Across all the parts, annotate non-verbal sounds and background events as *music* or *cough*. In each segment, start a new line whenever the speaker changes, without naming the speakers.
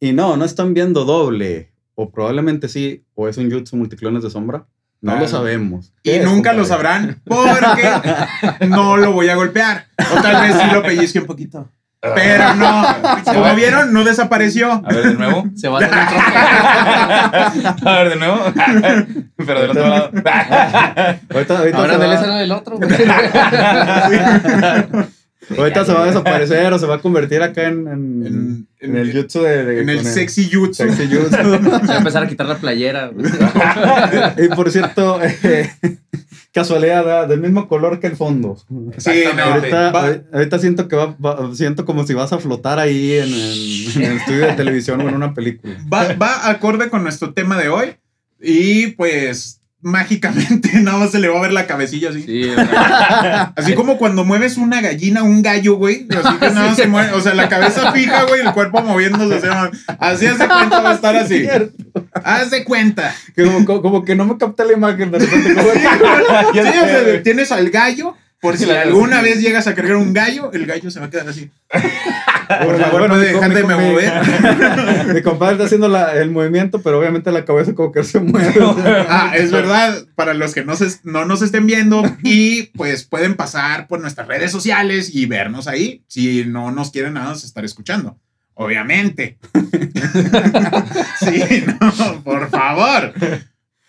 Y no, no están viendo doble. O probablemente sí, o es un jutsu multiclones de sombra. No
Ah.
lo sabemos.
Y nunca lo
*laughs*
sabrán porque no lo voy a golpear. O tal vez sí lo pellizque un poquito. Pero no. Como vieron, no desapareció.
A ver, de
*laughs*
nuevo.
Se va a hacer un
*laughs*
trofeo.
A ver, de nuevo. Pero del otro lado.
Ahorita, ahorita
Ahora
se va-
dele esa del otro. *laughs* güey.
Ahorita se va a desaparecer o se va a convertir acá en, en,
En-
en el jutsu de... de-
En el
con
sexy jutsu.
sexy
*laughs*
jutsu.
Se va a empezar a quitar la playera. güey.
y por cierto, *laughs* eh, casualidad, ¿verdad? del mismo color que el fondo.
Sí, no.
Exactamente.
Ahorita,
Ah, Va-
ahor- ahorita siento que va, va- siento como si vas a flotar ahí en, en- en el estudio de televisión o en una película.
Va, va acorde con nuestro tema de hoy. Y pues mágicamente *laughs* nada más se le va a ver la cabecilla así.
Sí, güey.
Así como cuando mueves una gallina, un gallo, güey. Así que nada más se mueve. O sea, la cabeza fija, güey, el cuerpo moviéndose. o sea, Así hace cuenta va a estar así. Haz de cuenta.
Que *laughs* como, como- como que no me capta la imagen de repente. como-
Sí,
Ya
o
sé,
sea,
güey.
tienes al gallo. Por
*laughs*
si
Claro.
alguna vez llegas a cargar un gallo, el gallo se va a quedar así. Por
Bueno,
favor,
bueno,
no
mi
dejan
com-
de
mi
me
com-
mover.
*laughs* Mi compadre está haciendo la- el movimiento, pero obviamente la cabeza como que se mueve. o sea.
Ah, es verdad, para los que no, se- no nos estén
*laughs*
viendo y pues pueden pasar por nuestras redes sociales y vernos ahí, si no nos quieren nada más estar escuchando, obviamente. *laughs* sí, no, por favor,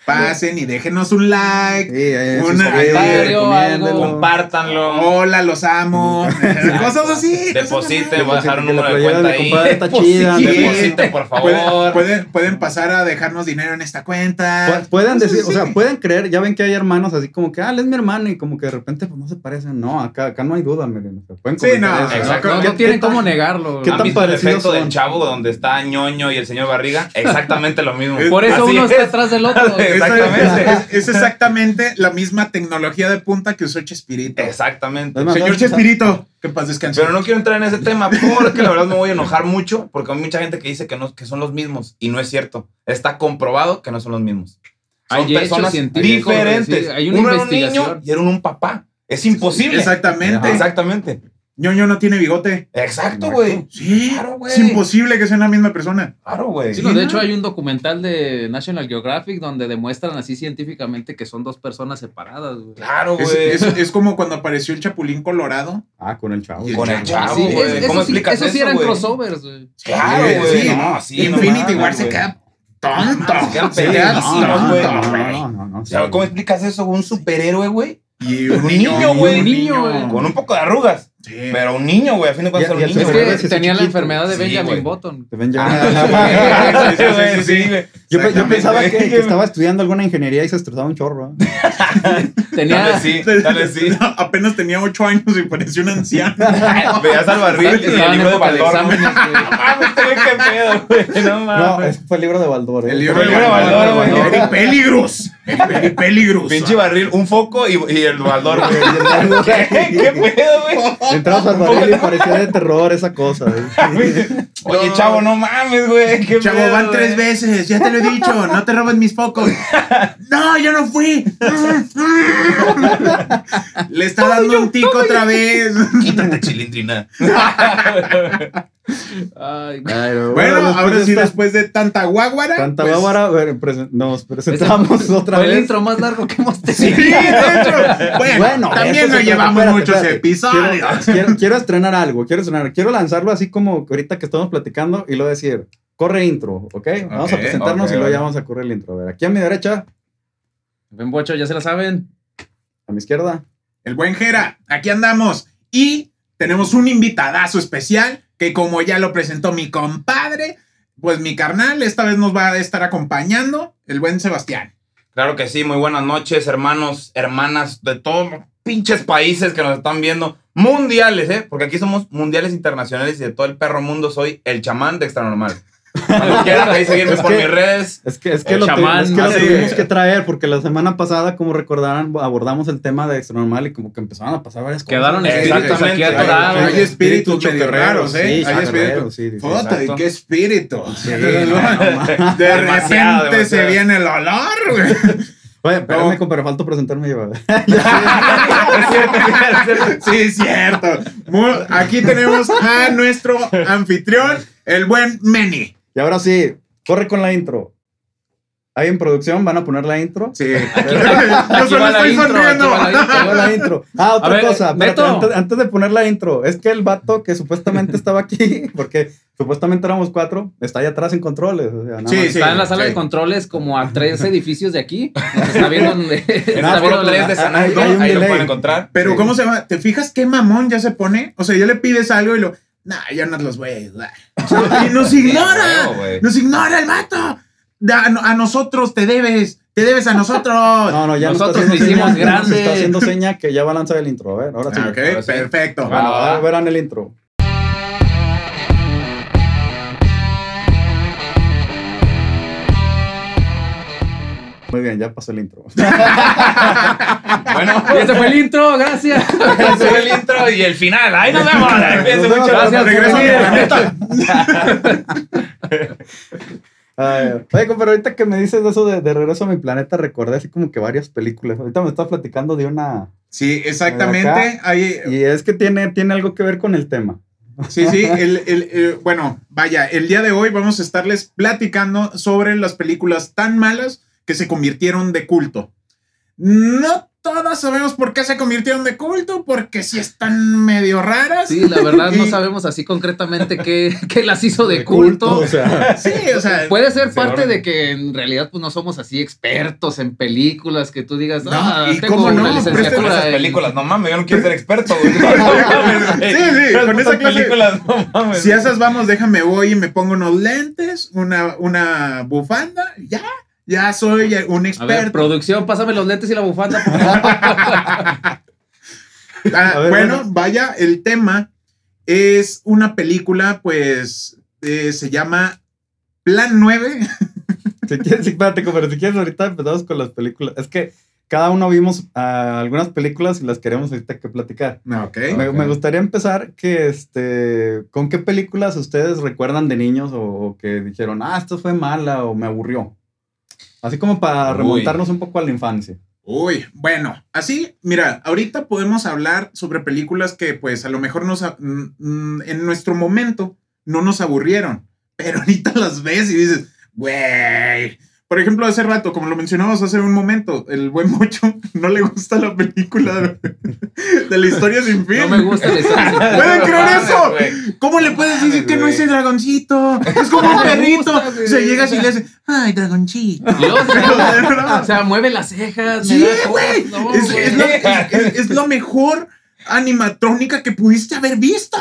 pasen y déjenos un
Sí,
like.
ahí en sus
Una-
videos,
Comentario, algo.
recomiéndenlo.
*laughs* Compártanlo.
Hola, los amo. cosas así. cosas así.
Depositen, voy a dejar un
Que la
número de
playera
cuenta
de mi compadre
ahí.
está chida.
Sí.
Depositen, por
Pueden,
favor.
pueden, pueden pasar a dejarnos dinero en esta cuenta.
Pu- Pueden
Cosas
decir, o
así.
sea, pueden creer, ya ven que hay hermanos así como que, ah, él es mi hermano y como que de repente pues no se parecen. No, acá, acá no hay duda, miren. o sea, pueden
Sí,
comentar
no,
eso.
exacto.
No, no tienen cómo negarlo.
¿Qué
güey.
¿Han
tan
visto el
parecidos
efecto del
son?
chavo donde está ñoño y el señor barriga? Exactamente lo
*laughs*
mismo.
Es-
Por eso
Así
uno
es.
está atrás del otro.
Esa-
güey.
Exactamente.
Es, es exactamente la misma tecnología de punta que usó Chespirito.
Exactamente.
Es más,
Señor
vamos a-
Chespirito, que en paz descanse.
Pero no quiero entrar en ese tema porque la verdad me voy a enojar mucho porque hay mucha gente que dice que, no, que son los mismos y no es cierto. Está comprobado que no son los mismos. Son
Hay hechos
personas
científicos,
diferentes.
sí, hay una
Uno era un
investigación.
niño y era un papá. Es imposible.
Exactamente.
Ajá.
Exactamente.
Ñoño no tiene bigote.
Exacto, güey.
Sí,
Claro, güey.
es imposible que sea una misma persona.
Claro, güey.
Sí, no, de
Mira.
hecho hay un documental de National Geographic donde demuestran así científicamente que son dos personas separadas. güey.
Claro,
Es,
güey.
es- es como cuando apareció el Chapulín Colorado.
Ah, con el chavo.
Con el chavo,
Sí,
Ah, güey.
es- eso
¿Cómo
sí-
explicas
Eso sí
eso,
eran
güey?
crossovers. güey.
Claro, güey.
Sí,
No, sí, no
Infinity
mames,
War se
güey.
queda tonto.
Se queda
Se queda
peleando,
No, no,
tonto,
güey.
no,
güey.
no, no, no,
O sea,
sí.
¿Cómo explicas eso? Un superhéroe, güey.
Y un
Un
niño,
niño, güey.
un
Un niño,
niño.
Con un poco de arrugas.
Sí.
Pero un niño, güey. A fin de cuentas
Y-
era
y
un
el
niño.
Es
Sí,
güey.
güey,
que
ese
tenía la
chiquito.
enfermedad de
Sí,
Benjamin
güey.
Button.
Te ven
Ah,
llevando-
sí, güey, sí, güey.
Yo, pe- yo
Exactamente.
pensaba que, que estaba estudiando alguna ingeniería y se estresaba un chorro. ¿eh?
Tenía,
Tal vez sí, tal vez sí.
No, *laughs* apenas tenía ocho años y parecía un
*laughs*
anciano.
Veías al barril y el
estaban en
libro de
época de
Baldor.
exámenes, güey.
Mames, este güey, qué pedo, güey. No
No,
mames.
ese fue el libro de Baldor. ¿eh?
El libro de
libro de
Baldor,
Baldor,
güey.
güey.
El peligros. El peligros.
Pinche barril, un foco y, y el
*laughs*
baldor, güey. ¿Qué? ¿Qué pedo, güey?
Entrabas al barril y parecía de terror esa cosa. ¿eh?
Oye, chavo, no mames, güey. ¿Qué
Chavo,
pedo,
van
güey?
tres veces, ya te lo he dicho, no te robes mis focos. No, yo no fui. Le está dando un tico otra vez.
*laughs* Quítate, chilindrina.
Ay, güey.
Ay, no,
Bueno,
después
ahora
de
sí,
esta
después de tanta guaguara.
Tanta
pues,
bávara, a ver, presen- nos presentamos otra
Pues, Fue el
vez.
intro más largo que hemos
Sí,
tenido.
de *laughs* hecho. Bueno,
Bueno,
también
eso
nos
se
llevamos
trata. Espérate,
muchos
espérate.
episodios.
Quiero, quiero- quiero estrenar algo, quiero estrenar, quiero lanzarlo así como que ahorita que estamos platicando y luego decir, corre intro, ¿ok? Vamos a
Ok,
presentarnos
ok,
y luego ya
vale.
vamos a correr el intro. A ver, aquí a mi derecha,
Ven, Bocho, ya se la saben.
a mi izquierda.
El buen Jera, aquí andamos. Y tenemos un invitadazo especial que como ya lo presentó mi compadre, pues mi carnal esta vez nos va a estar acompañando, el buen Sebastián.
Claro que sí, muy buenas noches, hermanos, hermanas de todos los pinches países que nos están viendo. Mundiales, ¿eh? Porque aquí somos mundiales internacionales y de todo el perro mundo soy el chamán de Extranormal. Cuando quieran,
*laughs*
ahí seguirme
Es
por
que- *laughs*
mis redes.
Es que, es que,
El
lo, tu-
chamán,
es que lo
sí.
tuvimos que traer porque la semana pasada, como recordarán, abordamos el tema de extranormal y como que empezaron a pasar varias cosas.
Quedaron espíritus aquí
Exactamente.
atorados.
Hay espíritus medio raros,
chocarreros,
¿eh?
sí,
Hay espíritus.
chocarreros, sí, sí, sí.
Foto, ¿y
exacto.
qué espíritu? *laughs*
Sí, no, no, ma-
De
Demasiado,
repente se
demasiado.
viene el olor, güey. *laughs*
Oye, espérame, compadre, falta presentarme yo.
Es cierto, es cierto.
Sí, es cierto. Mu- Aquí tenemos a nuestro anfitrión, el buen Meni.
Y ahora sí, corre con la intro. Ahí en producción van a poner la intro.
Sí.
aquí
*laughs* Yo solo
va la
estoy
intro,
sonriendo.
aquí va la intro.
Ahora
*laughs*
la intro. Ah, otra
A ver,
cosa. espérate,
Beto.
antes, antes de poner la intro, es que el vato que supuestamente estaba aquí, *laughs* porque supuestamente éramos cuatro, está allá atrás en controles. o sea, nada
Sí,
más.
sí.
Está en la sala
sí.
de controles como a tres edificios de aquí. Nos está viendo. *laughs*
En
está
el
viendo
foro 3 de
la-
San
hay-
Ángel,
hay un
ahí lo
delay.
pueden encontrar.
Pero
Sí.
¿cómo se va? ¿Te fijas qué mamón ya se pone? O sea, ya le pides algo y lo... Nah, yo no los voy a ayudar. Y nos
Sí,
ignora.
huevo, güey.
nos ignora el vato. Da- A, nosotros te debes. Te debes a nosotros.
*laughs*
No, no, ya nos
Nosotros
está
lo
haciendo
hicimos
seña, ya nos
grande.
Está haciendo seña que ya va a lanzar el intro. A ver, ahora sí.
Ah, ok,
ahora sí.
perfecto.
Bueno,
Va, va.
ahora verán el intro. Muy bien, ya pasó el intro. *laughs*
Bueno, *laughs*
Y Ese fue el intro, gracias.
ese fue el intro y el final. Ahí
*laughs*
nos vemos. Cuídense
Nos vemos.
mucho.
Gracias por
Regreso a mi
venir.
planeta.
Ay, oye, compa, pero ahorita que me dices eso de, de regreso a mi planeta, recordé así como que varias películas. Ahorita me estás platicando de una.
Sí, exactamente. Ahí,
Y es que tiene, tiene algo que ver con el tema.
Sí, sí, el, el- el- bueno, vaya, el día de hoy vamos a estarles platicando sobre las películas tan malas que se convirtieron de culto. No todas sabemos por qué se convirtieron de culto, porque sí están medio raras.
Sí, la verdad no
Y-
sabemos así concretamente qué, qué las hizo de culto.
O sea,
Sí, o sea,
Puede ser
Sí,
parte
ahora-
de que en realidad pues no somos así expertos en películas que tú digas,
No,
ah,
¿y
tengo
cómo
una
no?
Este
licenciatura
Con esas
en-
películas, no mames, yo no quiero ser experto,
*laughs*
güey. *laughs* No mames, güey.
Sí, sí,
Esas
con esa
putas
clase-
películas, no mames.
si a esas vamos, déjame voy y me pongo unos lentes, una, una bufanda, ya, ya soy un
A ver,
experto.
producción, pásame los lentes y la bufanda. por favor.
*laughs* Ah,
A ver,
bueno,
bueno.
vaya, el tema es una película, pues eh, se llama Plan *laughs* 9.
si quieres, sí, espérate, compa, pero si quieres, ahorita empezamos con las películas. Es que cada uno vimos ah, algunas películas y las queremos ahorita que platicar.
No, ok.
Me,
Ok.
me gustaría empezar que, este, ¿con qué películas ustedes recuerdan de niños o, o que dijeron, ah, esto fue mala o me aburrió? Así como para
Uy.
remontarnos un poco a la infancia.
Uy, bueno, así, mira, ahorita podemos hablar sobre películas que pues a lo mejor nos, a- mm, mm, en nuestro momento no nos aburrieron, *laughs* pero ahorita las ves y dices, güey. Por ejemplo, hace rato, como lo mencionamos hace un momento, el buen Mocho *laughs* no le gusta la película de, de la historia sin fin.
No me gusta la historia.
¿Pueden
No
creer
mames,
eso?
güey.
¿Cómo le puedes
Mames,
decir que no
güey.
es el *laughs* dragoncito? Es como un
Me
perrito.
gusta, güey.
Se llegas y le haces, ay, *laughs* dragoncito.
Y luego, o sea,
No. *laughs*
o sea, mueve las cejas. me
Sí,
da-
güey.
No,
Es, es lo,
güey.
es- es- es lo mejor animatrónica que pudiste haber visto.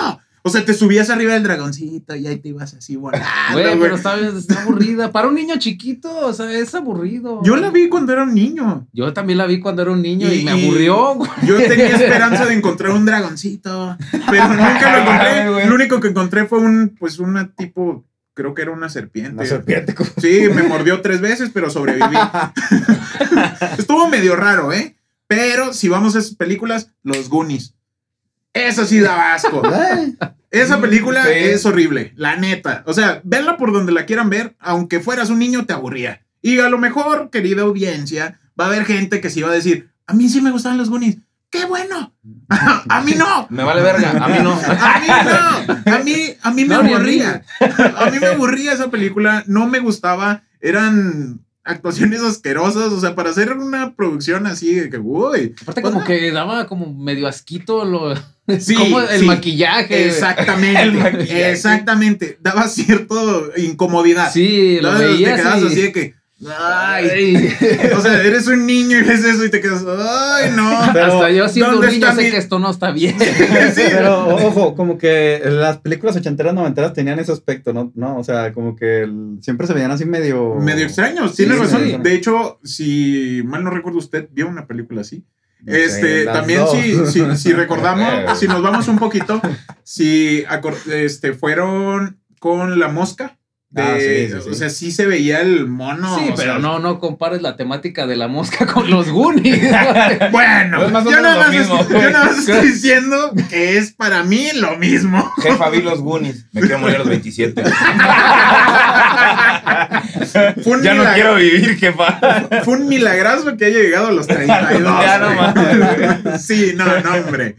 O sea, te subías arriba del dragoncito y ahí te ibas así volando.
Güey,
güey.
pero está, está aburrida. Para un niño chiquito, o sea, es aburrido.
Yo la vi cuando era un niño.
Yo también la vi cuando era un niño y,
Y-
me aburrió. güey.
Yo *laughs* tenía esperanza de encontrar un dragoncito, pero nunca lo
Ay,
encontré. *laughs*
güey.
Lo único que encontré fue un, pues, una tipo, creo que era una serpiente.
No serpiente, *laughs* como-
Sí, me mordió tres veces, pero sobreviví. *laughs* Estuvo medio raro, ¿eh? Pero si vamos a esas películas, Los Goonies. Eso sí da asco.
Ay,
Esa película
Sí.
es horrible, la neta. O sea, verla por donde la quieran ver, aunque fueras un niño, te aburría. Y a lo mejor, querida audiencia, va a haber gente que sí va a decir, a mí sí me gustaban los Goonies. ¡Qué bueno! *laughs* ¡A mí no!
Me vale verga, a mí no.
*laughs* A mí no, a mí, a mí me
No, ni a
aburría. A mí me aburría esa película, no me gustaba, eran actuaciones asquerosas, o sea, para hacer una producción así de que, uy,
Aparte, como que daba como medio asquito lo,
Sí,
como el
sí.
maquillaje. *laughs*
exactamente,
El maquillaje.
exactamente, daba cierto incomodidad.
Sí, lo
Daba- te
veías.
quedabas
y-
así de que, ay,
Ay.
o sea, eres un niño y ves eso y te quedas, ay, no.
Pero,
Hasta yo siendo un
¿dónde
niño
está
sé
mi- *laughs*
que esto no está bien.
Sí.
Pero ojo, como que las películas ochenteras, noventeras tenían ese aspecto, ¿no? no o sea, como que el- siempre se veían así medio...
Medio extraño,
Sí,
tienes
medio
razón.
extraño.
De hecho, si mal no recuerdo, usted vio una película así.
No sé,
Este,
las
también
dos.
si,
*laughs*
si, si recordamos,
Huevo.
si nos vamos un poquito, si acor- este, fueron con la mosca, de-
Ah, sí, sí, sí.
o sea, sí se veía el mono.
sí,
o
pero
sea,
no, no compares la temática de la mosca con los Goonies.
*laughs* Bueno,
Es más o
yo,
menos
nada
lo
más
mismo,
es- yo
güey.
nada más
*laughs*
estoy diciendo que es para mí lo mismo. *laughs*
Jefa, vi los Goonies. Me quiero morir a los 27.
Fue un,
Ya no
milag-
quiero vivir, jefa.
fue un milagrazo que haya llegado a los 32.
*laughs* Ya no
güey.
mames, güey.
Sí, no, no, hombre.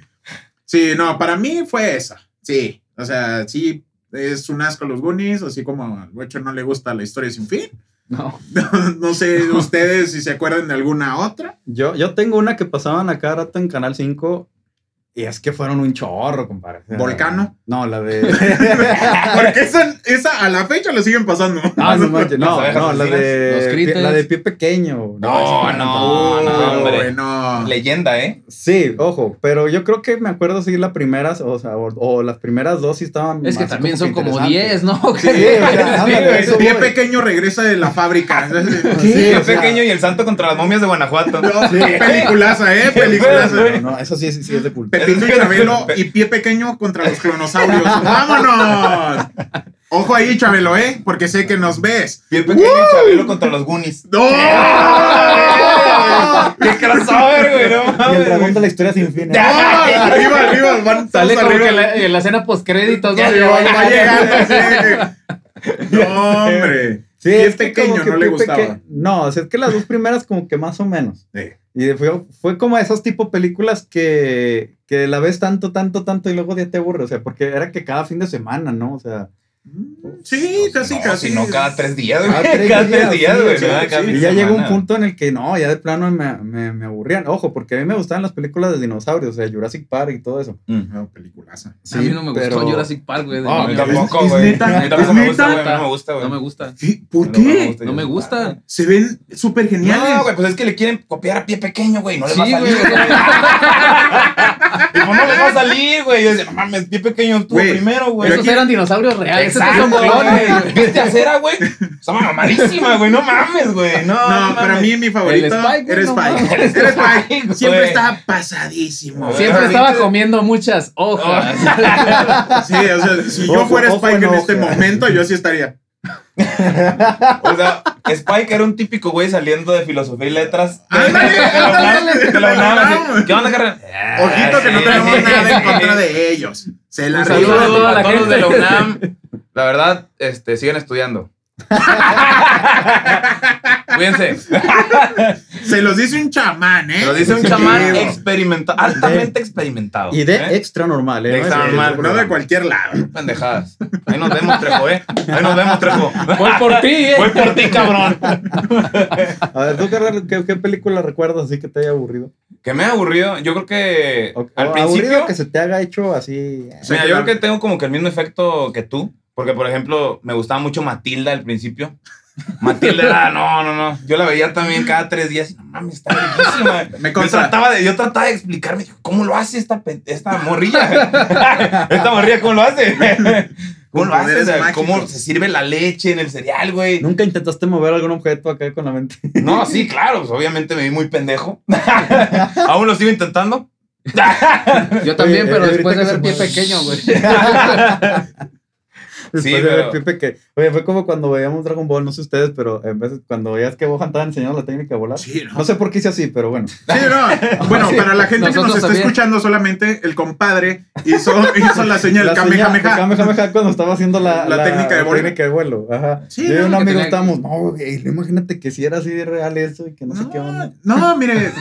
Sí, no, para mí fue esa. Sí, o sea, sí, es un asco los Goonies, así como al Bocho no le gusta la historia sin fin.
No.
no sé ustedes si se acuerdan de alguna otra.
Yo, yo tengo una que pasaban a cada rato en Canal 5 y es que fueron un chorro, compadre. O sea,
¿Volcano?
No, la *laughs* de.
Porque esa, esa a la fecha la siguen pasando.
Ah, No, no, manches, no,
Las
no, la
abejas
de,
asesinas. Los critters.
la de pie pequeño.
No,
esa-
no, no, hombre.
Bueno.
Leyenda, ¿eh?
Sí, ojo, pero yo creo que me acuerdo si las primeras, o sea, o, o las primeras dos sí estaban.
Es que
así
también son como
interesantes.
10, ¿no?
Sí, o sea,
Sí,
ándale,
güey,
eso
pie
voy.
pequeño regresa de la fábrica.
Sí,
Sí,
o sea,
pequeño y el santo contra las momias de Guanajuato.
Sí.
Peliculaza, ¿eh?
No,
Peliculaza.
no, eso sí, sí, sí es de culpa.
Pepito y Chabelo y pie pequeño contra los clonosaurios. ¡Vámonos! Ojo ahí, Chabelo, ¿eh? Porque sé que nos ves.
Pie pequeño y Chabelo contra los Goonies.
¡No! ¡No!
¡Qué crossover, güey! No
Y el dragón
mames.
de
güey.
la historia sin fin.
Arriba, arriba, van todos
Sale como
arriba.
que la- en la escena postcréditos, ¿no?
Sí, va, va llegando, así de que- No, hombre.
Sí,
Pie
este
es que como
pequeño
que
no le
pie
gustaba.
peque- No, o sea, es que las dos primeras como que más o menos.
Sí.
Y fue, fue como esos tipo películas que, que la ves tanto, tanto, tanto y luego ya te aburre. O sea, porque era que cada fin de semana, ¿no? O sea,
Sí, casi,
No,
casi.
si no, cada tres días, güey.
Cada
Cada
tres
Ah, tres,
días,
días,
sí,
güey.
sí,
¿no?
sí,
Cada
sí.
fin
y
de
ya llegó un
semana.
punto en el que no, ya de plano me, me, me aburrían. Ojo, porque a mí me gustaban las películas de dinosaurios, o sea, Jurassic Park y todo eso.
Mm.
No, peliculaza.
A mí no me
pero-
gustó Jurassic Park, güey. de
Ah,
A mí
niño.
tampoco,
¿Es
güey.
neta?
A mí tampoco
¿Es
me gusta,
neta?
güey. No me gusta, güey.
No me gusta.
Sí, ¿Por
No, no me
qué?
gusta.
No me gusta.
Se ven súper geniales.
No, güey, pues es que le quieren copiar a pie pequeño, güey. No les
Sí,
va a salir, *laughs*
güey.
güey. Dijo, no les va a salir, güey. Yo decía, no mames, pie pequeño estuvo
Güey,
primero, güey.
Esos eran dinosaurios reales. Estos son
Exacto,
clones.
güey. ¿Viste acera, güey? Estaba mamadísima, güey. No mames, güey. No,
No, para
mames.
mí mi favorito
El Spike, güey,
era
no
Spike.
mames.
Era Spike.
*laughs* Spike,
Siempre
güey.
estaba pasadísimo. güey.
Siempre estaba
¿Viste?
comiendo muchas hojas.
*laughs*
Sí, o sea, si yo
Ojo,
fuera
ojo
Spike
en
en
ojo.
este momento, yo sí estaría.
O sea, Spike era un típico güey saliendo de filosofía y
*laughs*
letras.
Ándale,
De la
ándale,
UNAM,
de
de la
la
UNAM, así,
UNAM.
¿Qué onda, carnal?
Ojito que no
sí,
tenemos
sí.
nada en contra de ellos. Se la
Un
Saludos
Saludos
a
rifan.
a toda la
todos los de la
gente.
UNAM. La verdad, este, sigan *laughs* estudiando. Cuídense.
Se los dice un chamán, ¿eh?
Lo dice un
Sí.
chamán experimentado, altamente experimentado.
Y de
¿eh?
extra normal, ¿eh?
Extra
No es-
normal,
No de cualquier lado.
pendejadas. Ahí nos vemos, Trejo, ¿eh? Ahí nos vemos, Trejo.
Voy por ti, eh.
Voy por ti, cabrón.
A ver, ¿tú qué, qué, qué película recuerdas así que te haya aburrido?
Que me ha aburrido. Yo creo que
O-
al
o
principio.
aburrido que se te haga hecho así. eh,
Sí.
Mira, yo creo que tengo como que el mismo efecto que tú. Porque, por ejemplo, me gustaba mucho Matilda al principio. Matilda era, no, no, no. Yo la veía también cada tres días. y, No mames, está riquísima.
*laughs* Me
Yo
consta.
trataba, de, yo trataba de explicarme digo, cómo lo hace esta, pe- esta morrilla. *laughs* esta morrilla, ¿cómo
*laughs*
lo hace? ¿Cómo
Con
lo hace? O
poderes
sea, ¿Cómo
mágicos.
se sirve la leche en el cereal, güey?
Nunca intentaste mover algún objeto acá con la mente. *laughs*
No, sí, claro, pues obviamente me vi muy pendejo. *laughs* Aún lo sigo intentando.
Yo también,
Oye,
pero
eh,
después de
ahorita
ver
que
pie
se
pequeño,
*laughs*
güey.
Después
Sí,
de ver
pero-
Pipe que. Oye, fue como cuando veíamos Dragon Ball, no sé ustedes, pero en veces cuando veías que Gohan estaba enseñando la técnica de volar.
Sí, no.
No *laughs* sé por qué hice así, pero bueno.
Sí, no. Bueno,
Sí,
para la gente que nos
nosotros
está
también.
escuchando, solamente el compadre hizo, *laughs* hizo la señal
La señal de
Kamehameha.
Kamehameha cuando estaba haciendo la,
La técnica de
la
vuelo.
técnica de vuelo. Ajá.
Sí,
Yo y
no,
un
que
amigo
tenía-
estábamos, no, güey, imagínate que si era así de real eso y que no, sé qué
No,
onda.
no, mire,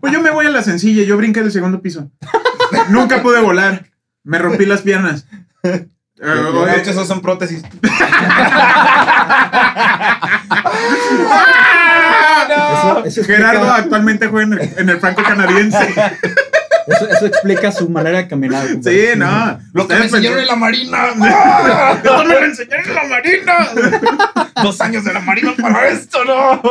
pues yo me voy a la sencilla, yo brinqué del segundo piso. Nunca pude volar, me rompí
*laughs*
las piernas. Eh,
yo-
De
oye,
hecho, esos son prótesis.
¡Ah!
Eso- eso explica-
*laughs*
Gerardo actualmente juega en el, en el franco canadiense.
Eso, eso explica su manera de caminar.
Sí,
compadre.
no.
Lo que me
Ustedes pues,
enseñaron en
pensaron-
la marina. *laughs* ¡Ah! Esto me lo enseñaron en la marina. Dos años de la marina para esto, ¿no?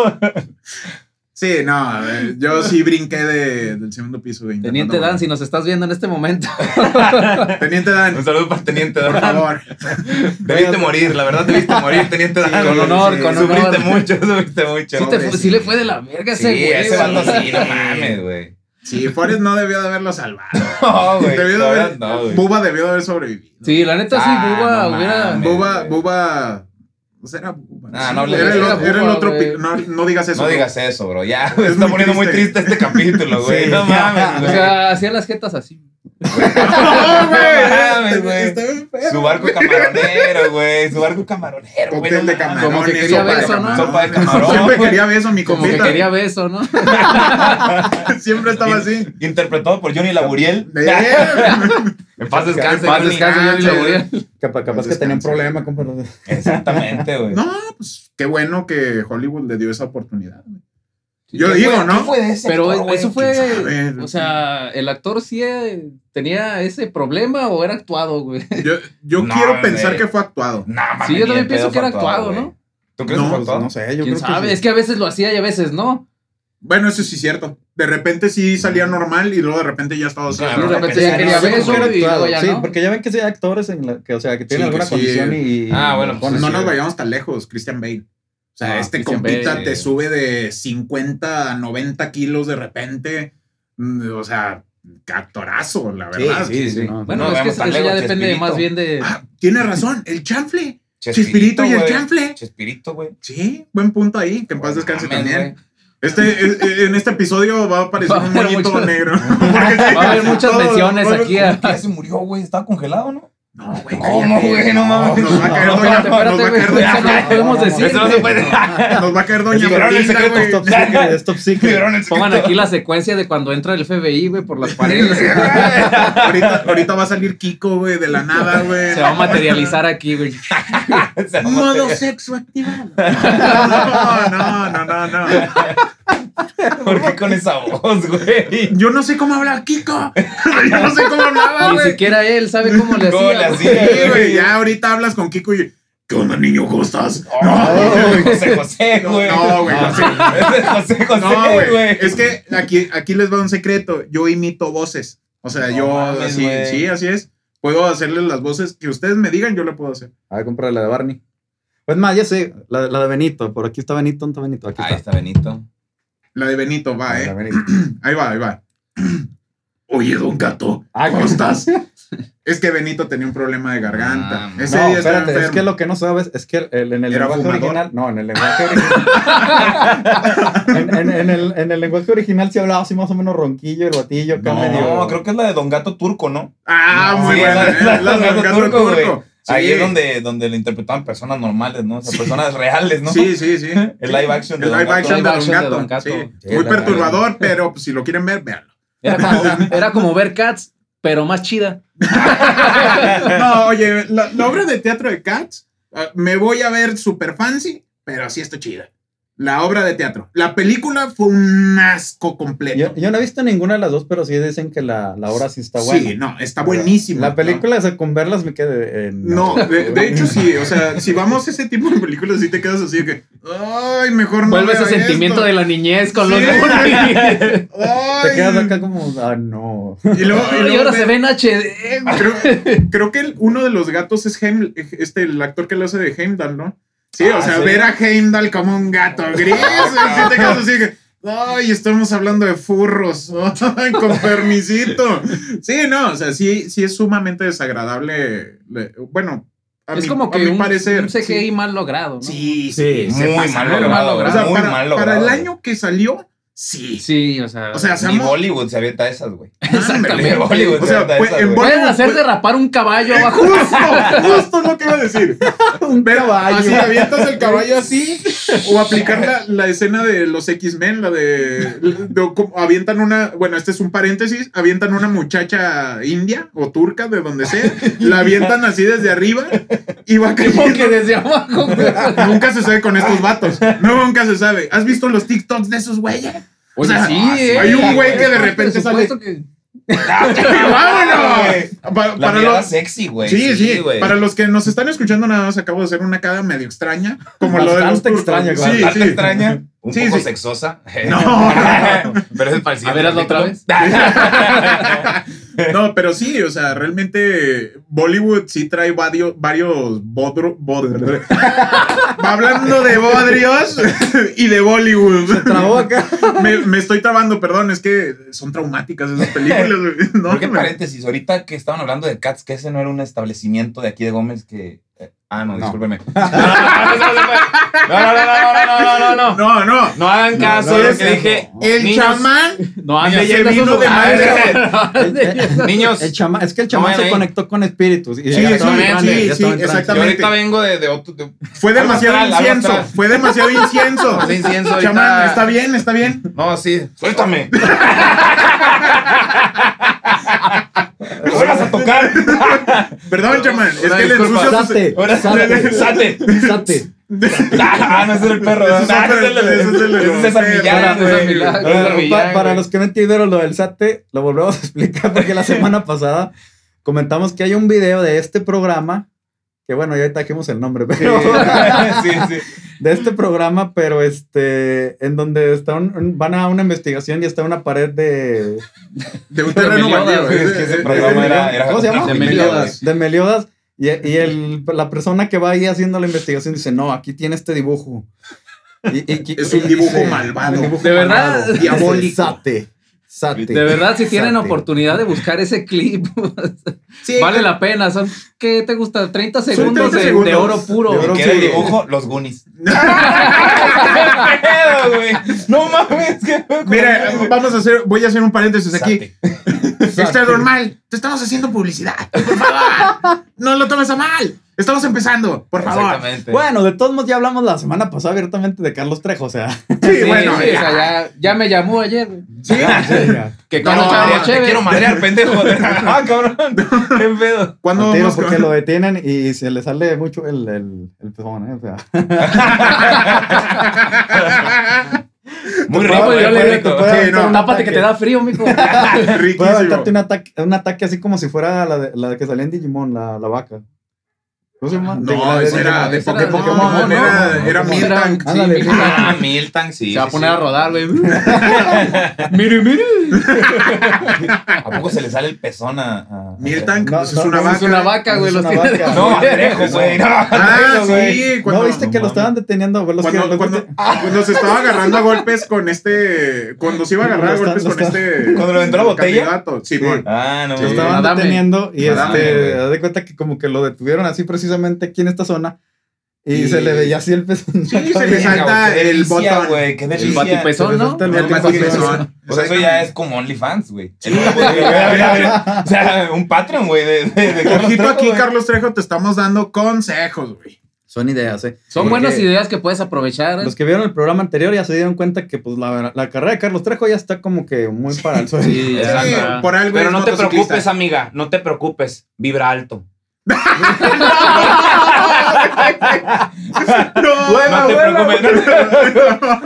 Sí, no, eh, yo sí brinqué de- del segundo piso. de
Teniente Dan, si nos estás viendo en
*laughs*
este momento.
Teniente Dan,
Un saludo para el Teniente
por
Dan.
favor.
Debiste morir, la verdad debiste morir, Teniente Dan.
con honor, con
Sufriste
honor.
mucho, sufriste mucho.
Sí, te fu-
Pobrecito.
sí le fue de la verga ese
Sí,
güey.
ese
güey.
vato sí, no mames, güey.
Sí, Forrest no debió de haberlo salvado.
No, güey.
Debió de
la
haber-
verdad, no, güey.
Buba debió de haber sobrevivido.
Sí, la neta sí,
Ah,
Buba
no
hubiera.
mames.
Boba,
güey.
Boba. O sea, era Boba.
Ah, no hables
era,
de
el,
eso.
otro- era el
Boba,
otro.
güey.
pi- No, no digas eso.
No
güey. *laughs*
digas eso, bro. Ya, güey,
Es
está
muy
poniendo muy
triste.
triste este capítulo, güey.
Sí.
No mames,
O
güey.
sea, hacía las jetas así.
*laughs*
¡No, güey!
mames, güey.
Ah, Está bien feo.
Su barco camaronero, güey. Su barco camaronero, güey.
Cóctel de
no mames.
camarones.
Como que quería
sopa de
beso, ¿no?
camarones.
Sopa de camarón,
Siempre
güey.
quería beso, mi
Como que
compita.
quería
*laughs*
beso, ¿no?
*laughs* Siempre estaba así.
Interpretado por Johnny Laburiel. *laughs*
Bien.
En paz
En
descanse,
paz
Johnny.
descanse,
Ah,
Johnny
sí.
Laboriel.
Capaz, capaz que tenía un problema, compa. no sé.
Exactamente, güey.
No, pues qué bueno que Hollywood le dio esa oportunidad. Yo
¿Qué
digo,
fue-
¿no?
qué fue de ese
Pero
actor, güey?
eso
quién sabe.
fue. O sea, el actor sí eh, tenía ese problema o era actuado, güey.
Yo, yo
No,
quiero
güey.
pensar que fue actuado.
No, mames,
Sí, yo
ni
también
en
pienso
pedo
que era
fue
actuado,
güey.
¿no?
¿Tú crees
No,
que fue
Pues,
actuado?
no sé, yo
Quién
creo
sabe.
que.
Es
sí.
que a veces lo hacía y a veces no.
Bueno, eso sí es cierto. De repente sí salía normal y luego de repente ya estaba así.
Claro,
de repente
pensé
ya
que
quería
sí,
beso
porque
Era
y luego
actuado,
ya
sí,
no.
porque ya ven que sí hay actores en la que, o sea, que tienen
Sí, que
alguna
sí.
condición y.
Ah, bueno, pues,
ponen.
no nos
sí,
vayamos tan lejos, Christian Bale. O sea,
Ah,
este
Christian
compita
Bale.
te sube de 50 a 90 kilos de repente. Mm, O sea, actorazo, la verdad.
Sí, sí, no,
Bueno,
No,
es que
veamos
eso
tan
eso ya
lejos,
depende
Chespirito.
más bien de.
Ah, tiene razón, el chanfle. Chespirito
Chespirito,
y el
güey.
chanfle.
Chespirito, güey.
Sí, buen punto ahí. Que en paz descanse
Mames,
pues también. Este, eh, eh, en este episodio va a aparecer
Va a
un
haber
moñito *laughs*
muchas-
negro.
Va a haber muchas menciones aquí. ah.
güey.
a-
¿Qué se murió, güey? Estaba congelado, ¿no?
No, güey.
¿Cómo,
cállate.
güey? No mames.
Nos va a caer
No,
doña-
espérate, espérate,
nos va a caer
güey, eso no
doña-
lo
no,
podemos
no,
decir.
Eso no se
*laughs*
puede. Ah,
nos va a caer doña
Liberaron el
Florinda,
secreto,
güey. *laughs*
Stop Secret, es Top Secret.
Liberaron el secreto.
Pongan aquí la secuencia de cuando entra el FBI, güey, por las paredes.
ahorita, *laughs* ahorita va a salir Kiko, güey, de la nada, güey.
Se va a materializar aquí, güey.
Se va a
*laughs* Modo
meter.
sexo activado. No, no, no, no, no.
¿Por qué con esa voz, güey?
Yo no sé cómo habla Kiko. *laughs* Yo no sé cómo hablaba,
Ni
Ah, güey.
siquiera él sabe cómo le
¿Cómo le
hacía. güey.
hacía?
Sí, güey, ya ahorita hablas con Kiko y. ¿Qué onda, niño? ¿Cómo estás?
Ay, José José, güey.
No, güey,
Ese
no sé.
es José
No,
José,
güey.
güey.
Es que aquí, aquí les va un secreto. Yo imito voces. O sea,
No
yo
mames,
así,
güey.
sí, así es. Puedo hacerles las voces que ustedes me digan, yo le puedo hacer.
A ver, compra la de Barney. Pues más, ya sé, la, la de Benito. Por aquí está Benito, ¿dónde está Benito? Aquí
Ahí
está.
está Benito.
La de Benito, va,
La
eh.
de Benito.
Ahí va, ahí va. *clears throat* Oye, don gato,
Ah,
¿cómo
que-
*laughs*
estás? es que Benito tenía un problema de garganta.
Ah,
Ese
No,
día estaba
espérate, es que
enfermo.
lo que no sabes es que el- en el
Era
lenguaje
fumador.
original. No, en el lenguaje
*laughs*
original. en, en- en el, en el lenguaje original sí hablaba así más o menos ronquillo, el batillo, acá
No,
medio.
creo que es la de Don Gato Turco, ¿no?
Ah,
No,
muy
sí,
buena.
la-
eh, la
la- la-
del
la-
gato
turco, güey.
turco.
Ahí
Sí.
es donde, donde lo interpretaban personas normales, ¿no? O sea, personas reales, ¿no?
Sí, sí, sí.
El live action de
El
Don
live
Gato.
action
Live
de Don
action
Gato.
de Don Gato.
sí.
Sí,
Muy
la-
perturbador, pero pues, si lo quieren ver, véanlo.
*laughs* Era como, era como ver Cats, pero más chida.
No, oye, la, la obra de teatro de Cats, ah, me voy a ver super fancy, pero sí está chida. La obra de teatro. La película fue un asco
Yo,
completo.
yo no he visto ninguna de las dos, pero sí dicen que la, la obra sí está buena.
Sí, no, está buenísima.
La película, o sea, con verlas me quedé. en-
No, No, de, de hecho sí, o sea, si vamos a ese tipo de películas, sí te quedas así de que, ay, mejor no.
Vuelve ese
vea
sentimiento
esto".
de la niñez con los
Sí. *laughs*
Goonies.
Ay.
Te quedas acá como, ah, no.
Y
*laughs*
luego, y
Y
luego
ahora
ve-
se ve en HD. güey.
Creo, creo que el- uno de los gatos es Heim- este, el actor que lo hace de Heimdall, ¿no? Sí,
Ah,
o sea,
sí.
ver a Heimdall como un
*laughs*
gato gris. así te quedas así que, Ay, estamos hablando de furros. *laughs* ay, con permisito. Sí, no, o sea, sí, sí es sumamente desagradable. le- Bueno, a
Es
mi,
como
a
que
mi
un,
parecer.
un CGI
sí.
mal logrado, ¿no?
Sí,
Sí,
sí, se
muy
pasaron.
mal
logrado,
O sea,
muy
para,
mal
para
logrado.
el año que salió, sí.
Sí, o sea.
O sea,
Ni *laughs*
seamos-
Bollywood se avienta esas,
*laughs*
güey.
Ándale.
*laughs* Ni Bollywood
O
se
sea,
avienta
fue-
esas,
en
güey.
Bollywood-
Pueden hacer derrapar
*laughs*
un caballo abajo.
Justo, *laughs*
*laughs*
justo lo que iba
*laughs*
a decir. Ver,
caballo.
Así avientas el caballo así. O aplicar la, la escena de los X-Men, la de, de como avientan una, bueno, este es un paréntesis, avientan una muchacha india o turca, de donde sea, la avientan así desde arriba y va
Como que
cayendo.
desde abajo, güey.
*laughs* Nunca se sabe con estos vatos. No, nunca se sabe. ¿Has visto los TikToks de esos güeyes?
Oye,
sea,
sí,
ah, sí,
eh.
hay un güey que de
Por
repente sale-
supuesto que-
¡Vámonos! Pa-
La
Ah, para
mirada
los-
sexy, güey.
Sí, sí.
güey.
Para los que nos están escuchando, nada más acabo de hacer una cara medio extraña. Como lo de los
Bastante
turcos.
extraña,
Sí,
Bastante
sí.
extraña, un
Sí,
poco
sí.
sexosa.
No.
*laughs* Pero es para el siguiente
A ver, hazlo otra vez.
*laughs* No, pero sí, o sea, realmente Bollywood sí trae varios, varios bodro, bodro- *laughs* Va hablando de bodrios y de Bollywood.
Trabó acá.
Me, me estoy trabando, perdón, es que son traumáticas esas películas. güey. *laughs* No,
Porque
me-
paréntesis, ahorita que estaban hablando de Cats, que ese no era un establecimiento de aquí de Gómez que. eh, Ah, no,
No.
discúlpeme. No, no, no, no, no, no, no, no, no, no, no, no.
No, no.
No hagan caso
no,
de
no,
lo que dije.
no.
El
Niños,
chamán
*laughs* No ande
Mira, se
yendo a
vino
esos
de
lugares,
madre.
*laughs* cabrón.
Niños,
El chama- es que el
No
chamán
vayan
se
ahí.
conectó con espíritus. Y
Sí,
ya
sí,
estaba en
sí,
trance,
sí,
ya estaba en
sí,
trance.
yo
exactamente.
ahorita vengo de, de otro. de-
fue demasiado
Algo atrás, algo
incienso.
atrás.
Fue
*laughs*
demasiado incienso.
de incienso ahorita.
Chamán, está bien, está bien.
No, sí. Suéltame. No vuelvas a tocar.
Perdón, chamán. Es
Una
que le
disculpa.
ensucio
*laughs*
sus-
Sate,
Ahora
sate,
Sate.
Sate.
Ah, no ese es el perro.
Ese es
¿verdad? Ah,
otro,
ese es el-
ese es el-
ese es César Millán,
César
güey.
Millán.
César
Bueno,
Millán,
pa- para
güey.
los que no entendieron lo del SATE, lo volvemos a explicar porque la semana pasada comentamos que hay un video de este programa, que bueno, ya tajimos el nombre, *laughs* pero
Sí, sí.
de este programa, pero este, en donde está un- un- van a una investigación y está una pared de,
De un
Pero
terreno
Meliodas,
baldío.
güey,
es que ese
De-
programa era- era-
¿cómo se llama?
de Meliodas.
de Meliodas. Y, y el- la persona que va ahí haciendo la investigación dice, no, aquí tiene este dibujo. Y- y- y-
Es un
y
dibujo
dice,
malvado.
un dibujo
De verdad,
malvado.
*laughs*
Dice,
diabólico.
Sate, sate.
De verdad, si tienen
sate".
oportunidad de buscar ese *laughs* clip,
Sí,
vale la pena. Son, ¿qué te gusta? 30 segundos,
30
de,
segundos.
de oro puro.
De oro
¿Quiere el
Sí.
dibujo? Los Goonies. ¿Qué pedo, güey? No mames, qué pedo.
Mira, vamos a hacer, voy a hacer un paréntesis aquí.
Sate.
Extra normal, te estamos haciendo publicidad. Por favor, no lo tomes a mal. Estamos empezando, por favor.
Exactamente.
Bueno, de todos modos ya hablamos la semana pasada abiertamente de Carlos Trejo, o sea.
Sí,
Sí,
bueno,
sí, o
ya.
sea, ya, ya me llamó ayer. güey.
*laughs* ya, sí, ya.
No,
Que cuando
no,
estábamos
madrear, te
chévere.
quiero madrear, pendejo. Ah, cabrón. Qué pedo.
¿Cuándo
Al tiro,
vamos
porque
con- *laughs*
lo detienen y se le sale mucho el, el, el pezón, ¿eh? O sea,
Muy
No,
rico,
pues yo
muy
le digo,
te
rico.
puedo-
Sí, no,
un
Tápate que
ataque.
te da frío, mijo.
Puede
Riquísimo.
aventarte un ataque, un ataque así como si fuera la, de- la que salía en Digimon, la, la vaca. ¿Cómo se llama? De-
No,
la de Ah,
ese era
Digimon.
de
esa era
Pokémon.
de Pokémon, ¿no?
Era, era
Pokémon.
Era-
Miltank.
sí,
Ándale.
Miltank.
Ah, Miltank, sí.
Se va a
sí,
poner
sí.
a rodar, güey. mire, mire.
¿A poco se le sale el pezón a. a-
Miltank,
No,
pues es
no,
una
no,
vaca.
Es una vaca, güey.
Es
Los
una
tiene
vaca.
de-
No, Andrejo, güey. No,
Ah,
Andrejo, güey.
sí, cuando.
¿No viste que lo
mames.
estaban deteniendo? güey? Los que-
Cuando,
los
cuando-
que-
*laughs* cuando se estaba agarrando a golpes con este. Cuando se iba a agarrar a
Lo está-
golpes
lo
con
está-
este.
Cuando le aventó la botella.
candidato, Simón.
Ah, no.
lo
mames.
estaban
Adame.
deteniendo y
Adame,
este,
güey.
haz de cuenta que como que lo detuvieron así precisamente aquí en esta zona y,
Y-
se le veía así el pezón.
Sí, se le
Venga,
sale. salta
güey, qué
el
delicia,
botón.
güey, qué
El
delicia.
batipezón, ¿no?
El
El matipezón.
Pues eso ya es como OnlyFans, güey.
Sí.
El nuevo- O sea, un Patreon, güey, de, de, de Carlos
Ojito
Trejo,
aquí,
güey.
Carlos Trejo, te estamos dando consejos, güey.
Son ideas, ¿eh? Porque-
Son buenas ideas que puedes aprovechar. ¿eh?
Los que vieron el programa anterior ya se dieron cuenta que pues la, la carrera de Carlos Trejo ya está como que muy para el suelo. *laughs* Ah,
Sí, ya.
Sí,
Exacto.
por algo
Pero
es
no te
motociclista.
preocupes, amiga, no te preocupes. Vibra alto.
*laughs* No,
No te preocupes. no-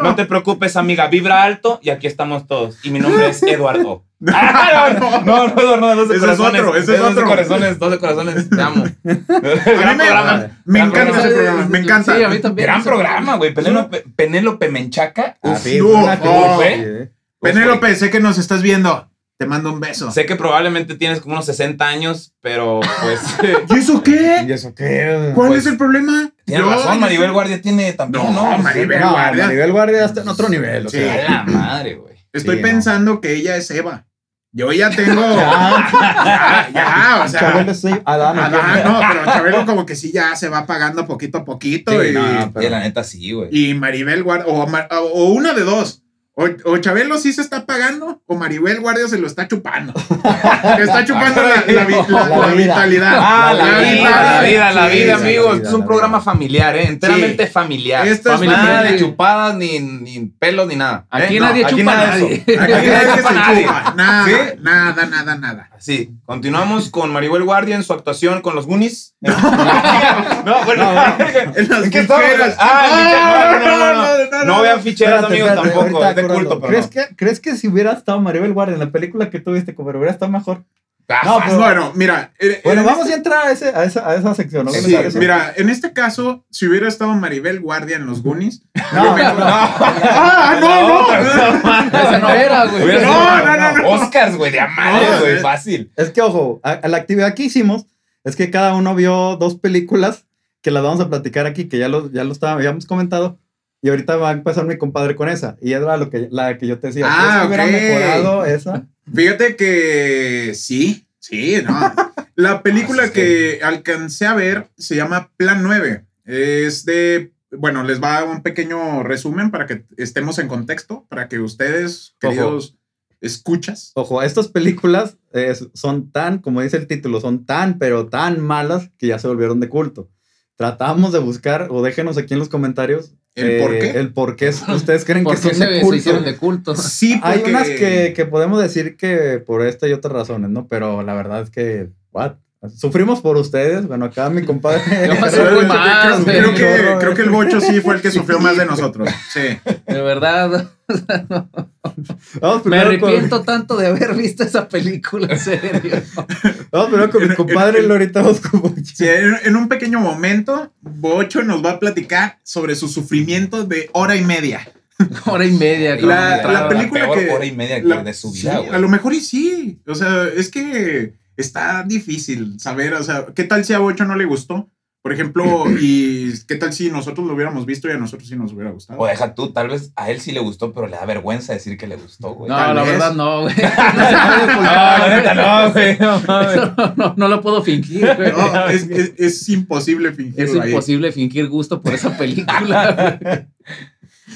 No te preocupes, amiga. Vibra alto y aquí estamos todos. Y mi nombre es Eduardo. Ah, No, no, no, no, no, dos de
Ese es
corazones.
otro, ese es
Dos de
otro.
corazones, dos de corazones. Te amo.
a
Gran
mí me,
programa.
me
Gran
encanta ese
programa.
programa, me encanta.
Sí, a mí también.
Gran programa, güey. Penélope, Penélope Menchaca.
Ah,
Uf, pues,
sí,
no,
una figura,
oh.
sí, ¿eh?
Penélope, sé que nos estás viendo. Te mando un beso.
Sé que probablemente tienes como unos 60 años, pero pues. eh,
¿Y eso
¿Y
qué?
eso qué?
¿Cuál
Pues,
es el problema?
Tienes
Yo-
razón, Maribel Guardia tiene también.
No,
No,
Maribel.
Pues, No,
Guardia.
Maribel Guardia está en otro nivel. O
Sí.
A
sea,
la madre, güey.
Estoy
Sí, no.
pensando que ella es Eva. Yo ya
*laughs*
tengo. ya, ya, o sea.
Chabelo sí, Adán.
Adán, no, pero Chabelo como que sí ya se va pagando poquito a poquito.
Sí,
y,
no,
Y la neta sí, güey.
y Maribel Guardia, o, Mar- o una de dos. O, o Chabelo sí se está pagando, o Maribel Guardia se lo está chupando. está chupando la, la vi- la-
La
la
vida.
vitalidad.
Ah,
la
la
vida,
vida, la vida, la
sí,
vida,
sí,
amigos.
la
Este es un
vida.
programa familiar, ¿eh? Enteramente familiar.
Esto es
Familiar. Nada
familiar.
de chupadas, ni, ni pelos, ni nada. ¿eh?
Aquí
No,
nadie chupa
nada
a
de eso.
nadie.
Aquí
Aquí
nadie
nadie
se
chupa a nadie.
chupa, Nada,
¿Sí?
nada, nada, nada.
Sí, continuamos con Maribel Guardia en su actuación con los Goonies. *laughs* no, bueno, *laughs*
En las
es que estamos-
ficheras.
Ah, en ficheras. no, no,
Ah,
no, no, no, vean ficheras, amigos, tampoco.
ahorita
Es de
acordando.
culto, pero.
¿Crees,
no.
que, ¿Crees que si hubiera estado Maribel Guardia en la película que tuviste, como hubiera estado mejor?
Ah,
No,
Pues bueno, mira. eh,
Bueno,
en
vamos
este-
a entrar a, ese, a, esa, a esa sección. ¿no?
Sí,
Vamos a eso.
mira, en este caso, si hubiera estado Maribel Guardia en los Goonies.
No, no, no.
¡Ah, no, no!
*laughs*
*laughs*
Esa no era, güey.
Hubiera
No,
sido-
no, no, *laughs* no.
*laughs* Oscars, güey, de a madre,
No,
güey,
eh.
fácil.
Es que, ojo, a- a la actividad que hicimos es que cada uno vio dos películas que las vamos a platicar aquí, que ya lo, ya lo estaba- habíamos comentado. Y ahorita va a empezar mi compadre con esa. Y era lo que, la que yo te decía. ¿crees que
Ah,
hubiera
ok.
mejorado esa.
Fíjate que sí, sí, no. La película
Ah, sí,
que alcancé a ver se llama Plan 9. Es de bueno, les va un pequeño resumen para que estemos en contexto, para que ustedes,
Ojo.
queridos escuchas,
Ojo, estas películas eh, son tan, como dice el título, son tan, pero tan malas que ya se volvieron de culto. Tratamos de buscar, o déjenos aquí en los comentarios,
el
eh,
por qué.
el por
*laughs*
qué ustedes creen que
¿Por qué
son
se,
de
se
culto.
hicieron de culto?
Sí,
Hay
porque-
unas que, que podemos decir que por esta y otras razones, ¿no? Pero la verdad es que, what? Sufrimos por ustedes. Bueno, acá mi
*laughs*
compadre. *laughs*
Yo pasé
Creo
muy
que-
mal,
creo, que,
güey.
creo que el bocho sí fue el que sufrió más de nosotros. Sí.
De verdad.
Vamos
Me
primero con-
arrepiento tanto de haber visto esa película, en serio.
Vamos primero
*laughs*
con mi compadre y ahorita vamos con Bochi.
Sí, en, en un pequeño momento, Bocho nos va a platicar sobre su sufrimiento de hora y media.
Hora y media.
La-
como
la
entraba.
película
peor
que-
hora y media que
La-
de su
sí,
vida,
A
güey.
lo mejor y sí. O sea, es que está difícil saber, o sea, ¿qué tal si a Bocho no le gustó? Por ejemplo, ¿y qué tal si nosotros lo hubiéramos visto y a nosotros sí nos hubiera gustado?
O deja tú, tal vez a él sí le gustó, pero le da vergüenza decir que le gustó, güey.
No,
tal
la
vez.
verdad no, güey.
no, la neta,
*laughs*
no, güey. no mames.
Eso *laughs* no, no, no lo puedo fingir, güey.
No, es, es- es imposible fingir.
Es imposible fingir gusto por esa película. güey.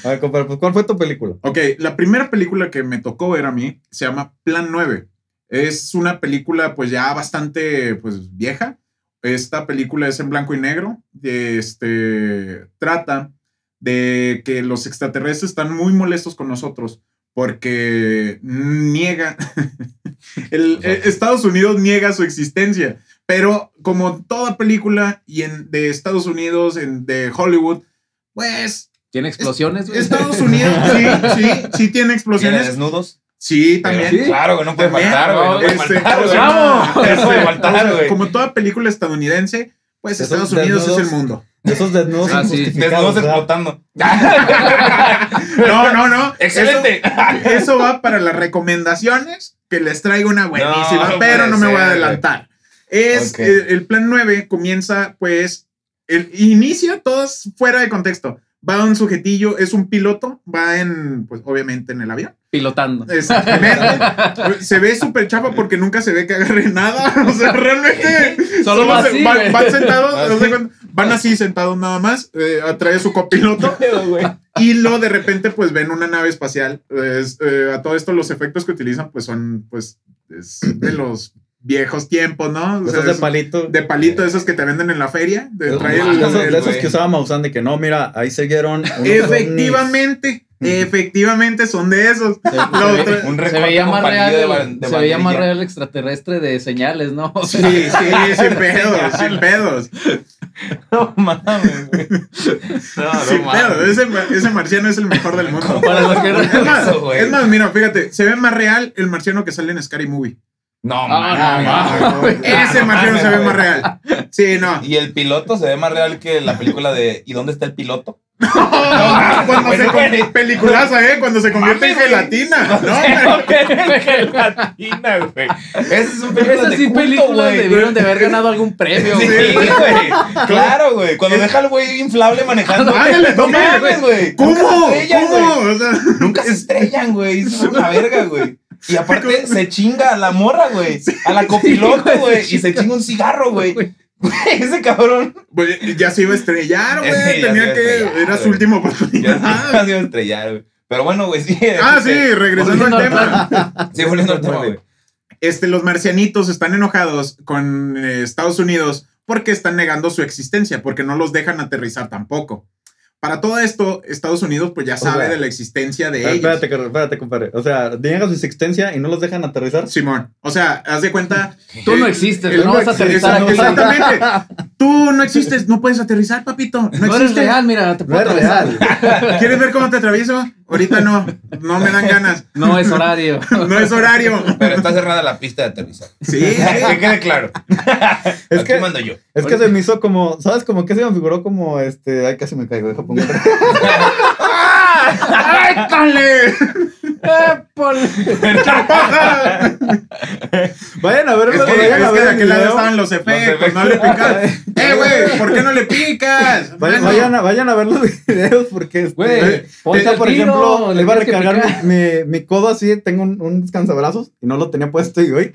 A ver, compadre, pues, ¿cuál fue tu película?
Ok, la primera película que me tocó ver a mí se llama Plan 9. Es una película pues ya bastante pues vieja. Esta película es en blanco y negro. Este trata de que los extraterrestres están muy molestos con nosotros porque niega *laughs* el, eh, Estados Unidos niega su existencia, pero como en toda película y en de Estados Unidos en de Hollywood, pues
¿Tiene explosiones, güey?
Estados Unidos, sí, sí, sí tiene
¿Tiene
explosiones.
desnudos?
Sí, también.
Pero, Claro, que no puede
También.
faltar, güey. No puede
Este,
faltar,
¿cómo
güey.
se llama?
No
Este,
puede
o sea,
faltar, güey.
Como toda película estadounidense, pues
Esos
Estados Unidos es el
desnudos.
mundo.
De esos desnudos
Ah, sí,
injustificados.
Desnudos
¿verdad?
*laughs*
explotando. *laughs*
No, no, no.
¡Excelente!
Eso, eso va para las recomendaciones, que les traigo una buenísima, pero
No, puede
no me voy a
ser,
adelantar. Es
Ok.
eh, el plan 9 comienza, pues, el, inicia todas fuera de contexto. Va un sujetillo, es un piloto, va en, pues, obviamente en el avión.
Pilotando.
Exactamente. se ve súper chapa porque nunca se ve que agarre nada. *laughs* O sea, realmente.
Solo va
se-
así,
van,
güey.
van sentados,
Así.
haz de cuenta, van así sentados nada más, eh, atrae a su
*laughs*
copiloto y lo de repente pues ven una nave espacial. Es, eh, a todo esto los efectos que utilizan pues son pues es de los viejos tiempos, ¿no? O sea,
Esos de
es-
palito.
de palito, esos que te venden en la feria. de-
Esos-
trae
de
el-
esos, de
el-
esos
güey.
que usaba Maussan de que no, mira, ahí siguieron. unos ovnis.
efectivamente, efectivamente son de esos. Lo
Se,
otra-
Un
se
recorte
veía
con
más
palillo
real,
de
el-
ban- de
se veía más
banderilla.
real el extraterrestre de señales, ¿no? O
Sí,
*laughs* sea,
sí, sin pedos, sin pedos.
*laughs* No mames,
*laughs*
güey. Ah, No, no
Sin
mames.
pedo, ese, ma- ese marciano es el mejor
*laughs*
del mundo.
Para los que no-
Es más,
Eso, güey.
es más, mira, fíjate, se ve más real el marciano que sale en Scary Movie.
No,
Ah, no,
mames,
no,
güey.
Ese
Ah, no
marciano
mames,
se ve
güey.
más real. Sí, no.
*laughs* Y el piloto se ve más real que la película de ¿Y dónde está el piloto?
Cuando
Pues,
se
güey.
con- peliculaza, ¿eh? Cuando se convierte en
Mames, güey.
gelatina. No,
No, que es gelatina, güey. Esa es un película
Esas
de
sí
culto,
películas
güey.
debieron de haber ganado algún premio,
Sí,
güey.
güey. Claro, güey. Cuando deja al güey inflable manejando.
Ándale,
no
toma,
mames, güey.
¿Cómo?
Nunca se estrellan,
¿Cómo?
güey.
O sea,
Nunca se estrellan, güey. Es una verga, güey. Y aparte se chinga a la morra, güey. A la copiloto,
güey,
güey.
se
Y se chinga un cigarro, güey.
Güey.
Güey, Ese cabrón.
Ah, güey, pues, ya se iba a
*laughs*
estrellar, güey.
Sí, ya se iba
Tenía
a
que.
estrellar,
Era su
güey.
última
*laughs* Ya se
oportunidad.
ha sido estrellar, güey. Pero bueno, güey, sí.
Ah, sí, regresando al
Volviendo al
tema.
Sí, volviendo al tema, güey.
este, los marcianitos están enojados con eh, Estados Unidos porque están negando su existencia, porque no los dejan aterrizar tampoco. Para todo esto, Estados Unidos pues ya sabe
sea,
de la existencia de
Pero
ellos.
espérate, carnal, espérate, compadre. O sea, niegan su existencia y no los dejan aterrizar.
Simón, o sea, haz
*laughs*
de cuenta.
Tú no
eh,
existes,
el-
no vas a aterrizar
exact-
aquí.
Exactamente. Tú no existes, no puedes aterrizar, papito. No,
No eres
existes.
real, mira, te
No
puedo
es
atravesar.
real.
¿Quieres ver cómo te atravieso? Ahorita no, no me dan ganas.
No es horario.
No es horario.
Pero está cerrada la pista de aterrizar.
*laughs*
Sí,
Que quede claro.
Es
Aquí
que- ¿eh?
mando yo.
Es que se me hizo como, ¿sabes? Como que se me figuró como este. Ay, casi me caigo, deja pongo otra.
¡Ándale! *laughs* ¡Pájaro!
*laughs* Vayan a verlo,
Es que,
vayan
es
a
que
ver
de
el
aquel lado
video.
estaban los efectos, no le picas.
*laughs*
¡Eh, güey! ¿Por qué no le picas?
Vayan,
Mano.
vayan a, vayan a ver los *laughs* videos porque, este,
Güey, ponte
ahorita,
al
por
tiro,
ejemplo,
le
le iba a
tienes que
recargar
picar.
mi, mi, mi codo así, tengo un, un descansabrazos y no lo tenía puesto y hoy.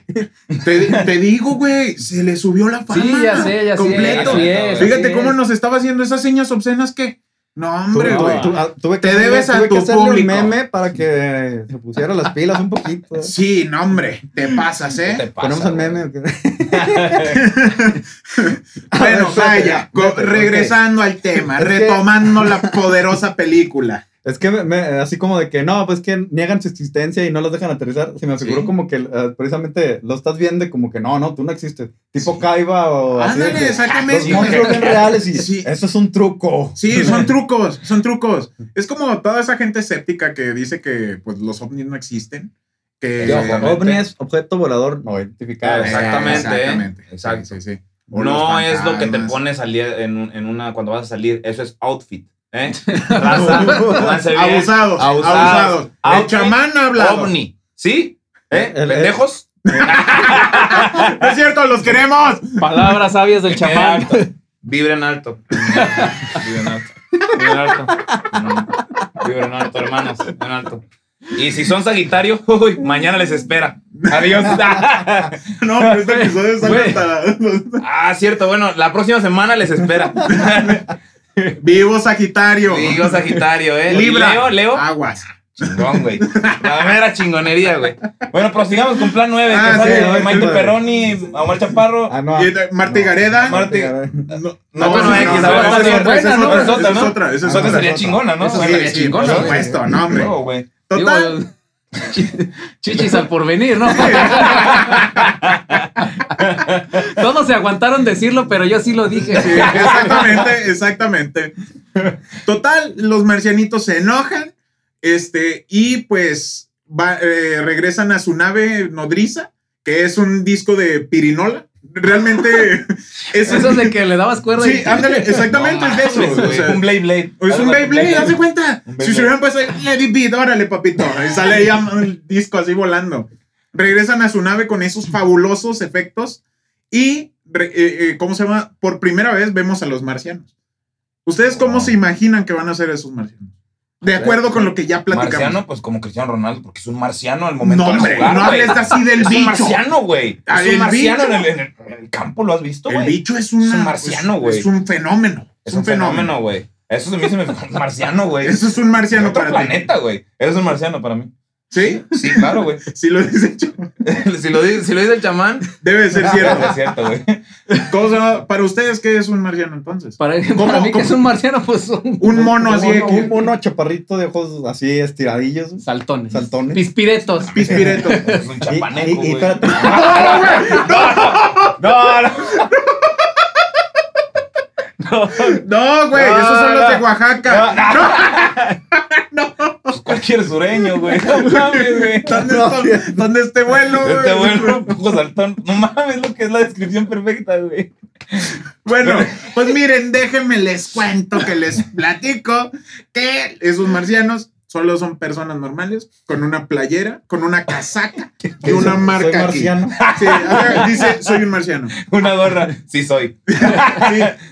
Te, te digo, güey, se le subió la fama.
Sí, ya sé, ya sé.
Completo.
así es,
sí,
Fíjate
así
cómo
es.
nos estaba haciendo esas señas obscenas que No, hombre,
Tu- tu-
güey.
tu- ah, tuve que
Te
hacerle-
debes a
tuve que
tu
hacerle un
público.
meme para que se pusiera las pilas un poquito.
*laughs*
Sí, no, hombre. Te pasas,
¿Qué
¿eh?
te pasa,
Ponemos el
güey?
*laughs*
*laughs*
meme. ¿o qué? *laughs*
Bueno,
espérate,
vaya, co-
espérate, ok.
regresando al tema,
Es que-
retomando la poderosa película.
Es que me- me- así como de que no, pues que niegan su existencia y no los dejan aterrizar. Se me figuró
Sí.
como que eh, precisamente lo estás viendo y como que no, no, tú no existes. Tipo Kaiba o *laughs* así. de
Ándale,
que,
exactamente.
los monstruos son reales y
*laughs* Sí.
eso es un truco.
Sí, son trucos, son trucos. Es como toda esa gente escéptica que dice que pues los ovnis no existen. Que
Y ojo,
Exactamente.
ovni es objeto volador no identificado.
Exactamente,
Ah, Exactamente.
¿eh? Exacto.
Sí, sí, sí. O
No
los
es lo que te
fantasmas.
pones al día en, un- en una cuando vas a salir, eso es outfit. *laughs* ¿eh? Raza, pónganse bien.
Abusados, abusados.
Abusados.
El
Outfit,
chamán ha hablado.
Ovni, ¿sí? ¿Eh?
El- el-
¿Pendejos?
No es cierto, los queremos. *laughs*
Palabras sabias del chamán.
Alto. Vibren alto. *laughs* Vibren alto. Vibren alto. No. Vibren alto, hermanos. Vibren alto. Y si son Sagitario, uy, mañana les espera. Adiós. *laughs*
No, pero este episodio sale
Güey.
hasta.
Ah, cierto. Bueno, la próxima semana les *laughs* espera.
Vivo Sagitario.
Digo Sagitario, ¿eh?
Libra. Ah.
Leo, Leo.
Aguas.
Chingón, güey. La mera chingonería, güey. Bueno, prosigamos con plan 9.
Ah,
que
sí,
sale
a ver,
Maite
sí,
Perroni, Omar Chaparro.
Ah, no.
Y, eh, Marta Gareda.
Marta-
No,
No, pues, bueno, X,
esa
ahora está
es
bien
otra, esa es
buena, ¿no?
otra,
Esa
esa es
es otra,
otra, esa es
Eso que
otra.
sería chingona, ¿no?
Eso
Sí,
Estaría
sí,
chingón,
por
¿no?
supuesto, no, hombre.
No, güey.
Digo,
Total.
chi- *laughs* Chichis al porvenir, ¿no? *laughs* Todos se aguantaron decirlo, pero yo sí lo dije.
Sí, exactamente, exactamente. Total, los marcianitos se enojan, este, y pues va- eh, regresan a su nave nodriza, que es un disco de pirinola. Realmente
*laughs*
es,
Eso de que le dabas cuerda
Sí,
y...
ándale, exactamente
No
es de eso.
mames,
o
güey.
sea,
un Blade Blade.
es Pues un Beyblade, haz de cuenta.
Un
Si
Beyblade.
se hubieran puesto ahí, Let it beat, órale, papito. Y sale ahí el disco así volando. Regresan a su nave con esos fabulosos efectos. Y, re- eh, eh, ¿cómo se llama? Por primera vez vemos a los marcianos. ¿Ustedes cómo
Wow.
se imaginan que van a ser esos marcianos? De acuerdo con lo que ya platicamos.
Marciano, pues como Cristiano Ronaldo, porque es un marciano al momento
no,
de
hombre,
jugar,
no
güey.
hables así del
*laughs* Es un
bicho.
marciano, güey.
Ah,
Es
el
un marciano en
bicho.
el, en el- en el campo, ¿lo has visto,
El
güey?
bicho es, una, pues,
Es un marciano,
es-
güey.
Es un fenómeno.
es un fenómeno, güey. Eso se me hizo *laughs* un marciano, güey.
Eso es un
De
marciano
otro
para ti.
planeta, güey. Eso es un marciano para mí.
¿Sí?
Sí, claro, güey. *laughs*
Sí lo dice Chu.
si, lo dice, si lo dice el chamán,
Debe de
*laughs*
ser *laughs* cierto.
es cierto, güey.
¿Cómo se llama? Para ustedes, ¿qué es un marciano entonces?
Para,
¿Cómo,
para mí que
cómo?
es un marciano, pues un
Un mono así de
Uno,
que.
un mono chaparrito de ojos así estiradillos.
saltones.
Saltones.
Pispiretos.
Pispireto.
Es un
Y- y-
chapaneco,
y
güey.
espérate,
No, no.
No, güey, esos son los de Oaxaca.
*laughs* Pues cualquier sureño, güey. No mames, güey.
¿Dónde, está- dónde este vuelo, güey?
*laughs* Este bueno, poco saltón. No mames, lo que es la descripción perfecta, güey.
Bueno, pues miren, déjenme les cuento que les platico que esos marcianos solo son personas normales con una playera, con una casaca y una
soy
marca aquí.
marciano.
Sí, a ver, dice, soy un marciano.
Una gorra. Sí soy.
Sí,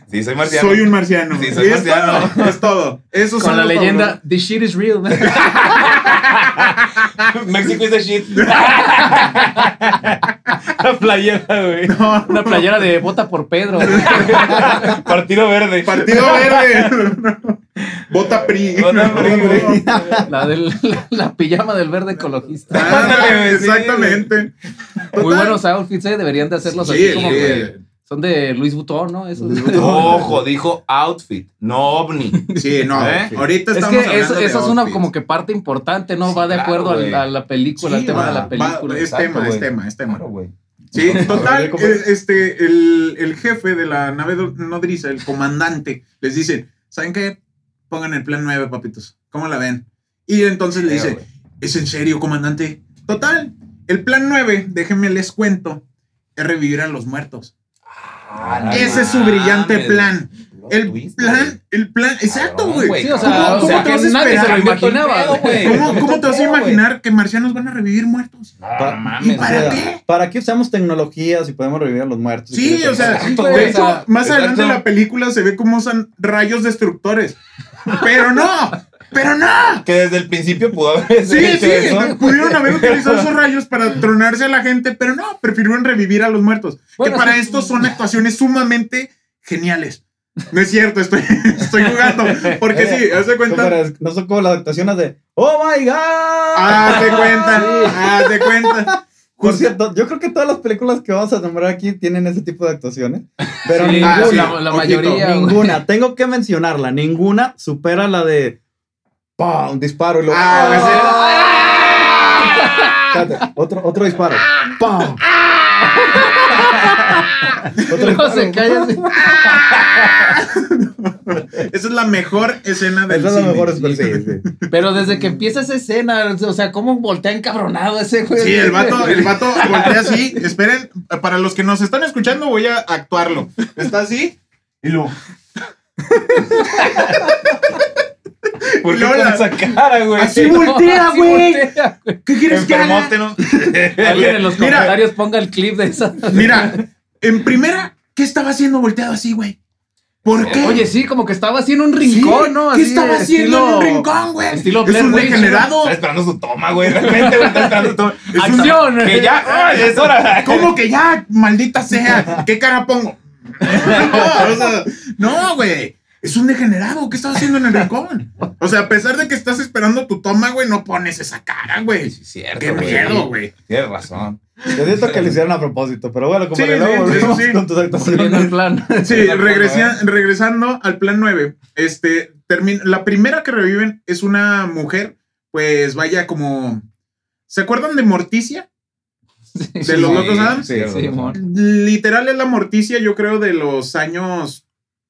Sí soy marciano. *laughs*
soy un marciano.
Sí, soy
Y es
marciano.
todo, Es todo. Esos
Con
son
la
los
leyenda, the shit is real.
*laughs*
¿no?
México is the
*laughs*
shit. La playera, güey.
favoritos.
Una playera de bota por
*laughs*
Pedro.
Partido verde. *laughs*
Partido Verde. Vota PRI. *laughs*
Vota PRI.
La, del, la, la pijama del verde ecologista.
Ah,
Sí.
exactamente.
Muy
Total.
buenos outfits, ¿eh? Deberían de hacerlos
Sí,
así como
sí.
que son de Luis Butón, ¿no? Eso.
Luis Butón.
Ojo, dijo outfit, no ovni.
Sí, no.
¿Eh?
Ahorita
Es
estamos
que eso,
hablando de
eso es una
outfits.
como que parte importante, ¿no?
Sí,
va de
claro,
acuerdo al-
güey.
a, la película,
Sí,
al tema
va,
de la
va,
película.
es
exacto,
tema, es
güey.
tema, es tema.
Claro, güey.
Sí,
Oye,
total,
¿cómo?
eh, este, el, el jefe de la nave do- nodriza, el comandante, les dice, ¿saben qué? Pongan el plan 9, papitos. ¿Cómo la ven? Y entonces le dice, ¿Es en serio, comandante? Total, el plan 9, déjenme les cuento, es revivir a los muertos.
Ah, no
Ese es su
mames,
brillante
güey.
plan.
Plot
El
twist, güey.
plan, el plan, exacto,
Cabrón,
güey.
Sí, o sea,
¿Cómo-
o
cómo
sea,
te vas
que
a
nadie se lo
esperar?
imaginaba.
Pedo, güey.
¿Cómo, cómo te vas a
Pedo, güey.
imaginar que marcianos van a revivir muertos?
No,
Pa-
no mames.
¿Para
o sea,
qué?
¿Para qué usamos tecnologías si podemos revivir a los muertos? y
Sí,
que-
o sea,
Exacto,
de
güey.
hecho,
O sea,
más adelante en
exacto.
la película se ve cómo usan rayos destructores. Pero no, pero no.
Que desde el principio
*laughs*
pudo haber
Sí,
hecho
sí,
eso.
pudieron haber utilizado esos rayos para tronarse a la gente, pero no, prefirieron revivir a los muertos.
Bueno,
que para
sí.
esto son actuaciones sumamente geniales. No es cierto, estoy, *laughs* estoy jugando. Porque sí, hace cuenta.
Pero es- Eh, no son como las actuaciones de ¡Oh my God!
Ah, pues te cuenta. Ah, te cuenta.
Por
Justo-
cierto, yo creo que todas las películas que vamos a nombrar aquí tienen ese tipo de actuaciones. Pero
Sí,
ninguna,
ah, sí,
la, la
poquito,
mayoría. güey.
ninguna, tengo que mencionarla, ninguna supera la de ¡Pah! Un disparo y luego.
Ah, pues
Espérate, otro, otro disparo.
*laughs*
¡Pam! Otro
Luego
disparo.
se calla así.
Pues Esa es la mejor escena del
Esa es la
cine.
mejor escuela.
Sí,
Sí, sí.
Pero desde que empieza esa escena, o sea, cómo voltea encabronado ese güey.
Sí, el
*laughs*
vato, el vato voltea así. Esperen, para los que nos están escuchando, voy a actuarlo. Está así y luego.
¿Por
Y
qué
luego
con
la-
esa cara, güey?
*laughs*
Así
No,
voltea,
así
güey.
voltea, güey.
¿Qué quieres que haga? *laughs*
Enfermote, ¿no?
Alguien en los
Mira.
comentarios ponga el clip de esa.
Mira, en primera, ¿qué estaba haciendo volteado así, güey? ¿Por qué?
Oye, sí, como que estaba así en un
Sí,
rincón, ¿no?
¿Qué
Así,
estaba haciendo en un
estilo-
rincón, güey?
estilo
es
Blair
un
Witch,
degenerado.
Está esperando su toma, güey. De repente, güey, está esperando su toma.
Es un-
¡Acción!
Que
*laughs*
ya, ¡ay, es hora!
¿Cómo que ya? Maldita sea. ¿Qué cara pongo? no, o sea, no, güey. Es un degenerado. ¿Qué estás haciendo en el rincón? O sea, a pesar de que estás esperando tu toma, güey, no pones esa cara, güey.
Sí, cierto,
Qué
güey.
miedo, güey.
Tienes razón.
Yo siento que lo hicieron a propósito, pero bueno, como
Sí,
que
sí,
luego
sí,
volvemos
sí.
con tus
*laughs* Volviendo al
actuaciones.
plan.
Sí, regresía- regresando al plan 9. Este, termin- la primera que reviven es una mujer, pues vaya como... ¿Se acuerdan de Morticia? ¿De los
Sí,
locos Adams?
tienes
Sí,
razón.
mon.
Literal es la Morticia, yo creo, de los años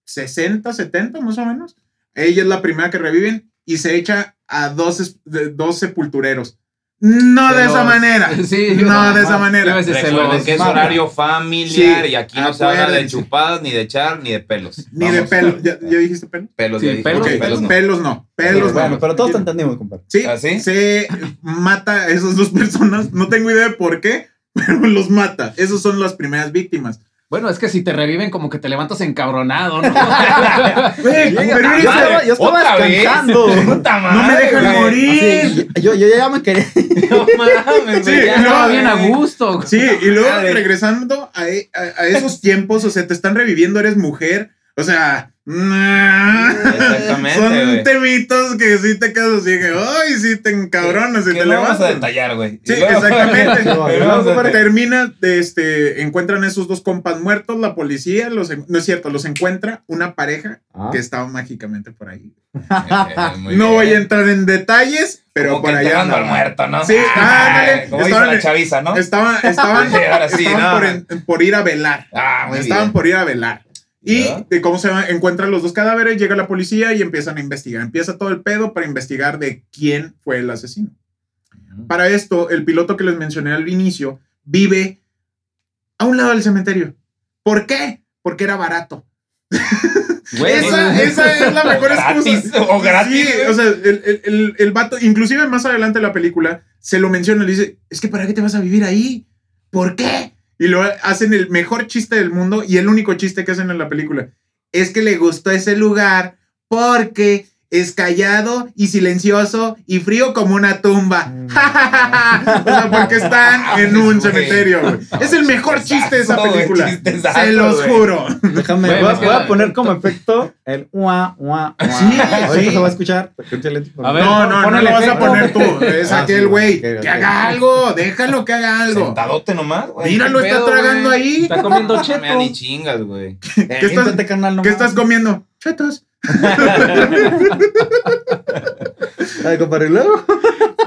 60, 70 más o menos. Ella es la primera que reviven y se echa a dos, es- de- dos sepultureros. No de,
De
esa
los-
manera.
*laughs*
Sí,
no
no,
de esa
ma-
manera.
Debes-
Recuerden que es
Mata.
horario familiar
Sí,
y aquí no se habla de
acuérdense.
chupadas, ni de echar, ni de pelos.
Ni de
Vamos.
pelo. ¿Ya, ya dijiste pelo?
Pelos,
Sí,
ya dije.
pelos,
Ok,
Ok, pelos no.
pelos no. Pelos no.
Eh, Bueno, pero todos te entendimos, compadre.
Sí,
¿Ah, sí?
se mata a esas dos personas. No tengo idea de por qué, *laughs* pero los mata. Esas son las primeras víctimas.
Bueno, es que si te reviven, como que te levantas
*laughs*
encabronado, ¿no? *laughs*
Güey,
Llega-
pero
yo
eres-
estaba- yo estaba
¿Otra vez?
*laughs*
descansando.
Puta
no me
madre,
dejan
güey.
morir.
Así, yo, yo ya me quería.
No mames,
Sí,
güey,
ya
ya.
estaba
no,
bien a
eh,
gusto. güey.
Sí,
*laughs*
y luego
Madre.
regresando a, e- a- a esos tiempos, o sea, te están reviviendo, eres mujer. O sea,
Exactamente,
son
güey.
temitos que sí te quedas así, que, ay, sí te encabronas y
Que
te
no vamos a
levantas.
detallar, güey.
Sí,
Y luego-
exactamente.
No,
Pero
no,
vamos a
compadre.
detallar.
Termina, de este, encuentran esos dos compas muertos, la policía, los, en- no es cierto, los encuentra una pareja
Ah.
que estaba mágicamente por ahí.
Eh, *laughs* eh, muy
no
bien.
voy a entrar en detalles, pero
Como que
por allá.
enterrando al
andaban.
muerto, ¿no?
Sí,
Ah,
ándale.
Como dice
Estaban
la
en-
chaviza, ¿no?
Estaban, estaban,
Sí, ahora *laughs* sí,
estaban
no.
por, en- por ir a velar.
Ah, muy
estaban
bien.
por ir a velar. Y
Ya.
de cómo se llama? encuentran los dos cadáveres, llega la policía y empiezan a investigar. Empieza todo el pedo para investigar de quién fue el asesino. Para esto, el piloto que les mencioné al inicio vive a un lado del cementerio. ¿Por qué? Porque era barato.
Güey,
esa,
güey.
esa es la mejor
Gratis,
excusa.
o gratis,
Sí,
güey.
o sea, el, el- el- el vato, inclusive más adelante en la película, se lo menciona, le dice, es que ¿para qué te vas a vivir ahí? ¿Por qué? Y lo hacen el mejor chiste del mundo y el único chiste que hacen en la película. Es que le gustó ese lugar porque es callado y silencioso y frío como una tumba.
Mm.
*laughs* o sea, porque están
*laughs*
en un
Güey.
cementerio. güey. Es el mejor chiste de esa
Chistezazo, güey,
película.
chistezazo,
Se los
güey.
juro.
Déjame,
Bueno,
voy, a-
es que
voy a
la-
poner como efecto el ua, ua, ua.
Sí,
Ahorita
sí.
se va a escuchar. Escúchale, por
A ver.
No, no, no
Ponle
lo vas a
efecto.
poner tú.
*laughs*
Es
Ah, sí,
aquel güey.
ok, ok.
Que haga algo. Déjalo que haga algo.
Sentadote nomás, güey.
Mira, lo
¿Qué
está
pedo,
tragando
güey?
ahí. *laughs*
Está comiendo
No me
cheto.
ni chingas, güey. Eh,
favor.
¿Qué estás-
Aviéntate, carnal,
¿Qué
nomás.
estás comiendo? Chetos.
Ay, compadre, y
*laughs*
luego.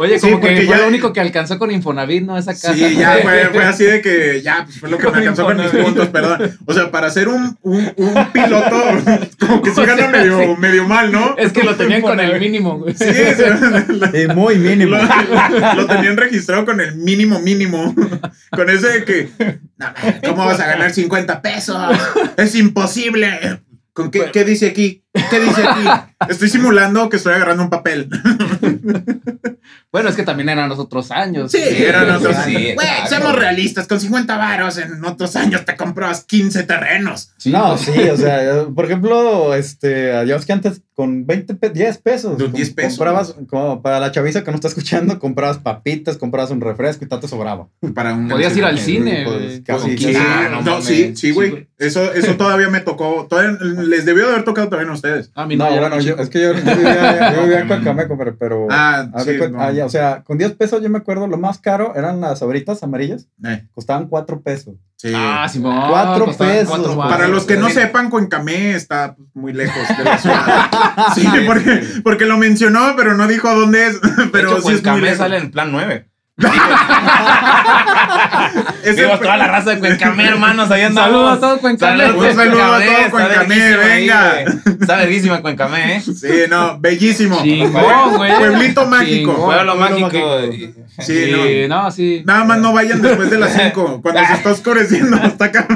Oye,
Sí,
como que
porque
fue
ya-
lo único que alcanzó con Infonavit, ¿no? Esa casa.
Sí, ya fue,
*laughs*
fue así de que ya pues, fue lo que me alcanzó con mis puntos, perdón. O sea, para ser un, un, un piloto, *laughs* como que se gana medio, medio mal, ¿no?
*laughs* Es que lo tenían con el mínimo, güey.
Sí, sí.
Y muy mínimo.
Lo, *laughs* lo tenían registrado con el mínimo mínimo. *laughs* Con ese de que, "No, man, ¿cómo vas a ganar 50 pesos? Es imposible. ¿Con qué, qué dice aquí? ¿Qué dice aquí? Estoy simulando que estoy agarrando un papel.
Bueno, es que también eran los otros años.
Sí, eran
sí,
otros
sí,
años. Güey,
claro.
seamos realistas, con 50 varos en otros años te comprabas 15 terrenos.
Sí,
No,
pues.
sí, o sea, yo- por ejemplo, este, digamos que antes con 20, pe- 10 pesos.
Con
com-
10 pesos.
Comprabas, como para la chaviza que no está escuchando, comprabas papitas, comprabas un refresco y tanto sobraba.
Para un
Podías ir al
sí,
cine,
pues,
güey.
casi,
Con
casi.
Sí,
quince.
Ah,
no, sí, sí, güey. Eso, eso todavía me tocó. Todavía les debió de haber tocado también a ustedes.
A mí
No,
no, yo era
bueno,
un
yo-
chico.
es que yo, yo vivía, yo vivía en
No, no, no.
Cuauhtémoc, compadre, pero...
Ah,
haz de
sí.
cuen-
no.
ah, ya, o sea, con 10 pesos yo me acuerdo, lo más caro eran las abritas amarillas,
Eh,
costaban 4 pesos.
sí.
Ah, Simón.
Cuatro
costaban
pesos,
cuatro
compadre.
Para
varos.
los que no sepan, Cuencamé está pues, muy lejos de
*laughs*
la ciudad. Sí, porque, porque lo mencionó, pero no dijo dónde es. *laughs* Pero
Pero hecho,
sí es muy
Cuencamé
lejos.
sale en plan 9.
Es
Digo,
el-
toda la raza de Cuencamé, hermanos, ahí andamos.
Saludos a todos,
*laughs*
Cuencamé.
Saludos,
Un saludo a
Cuencamé,
todo
está
Cuencamé,
verguísima ahí,
venga.
güey. Está verguísima Cuencamé, ¿eh?
Sí, no, bellísimo.
*laughs* Chingón, güey.
Pueblito mágico.
Chingón.
Pueblo mágico.
mágico.
y-
Sí,
Sí, no, sí.
no. Nada más no vayan después de las 5, cuando se
*laughs*
está oscureciendo hasta acá.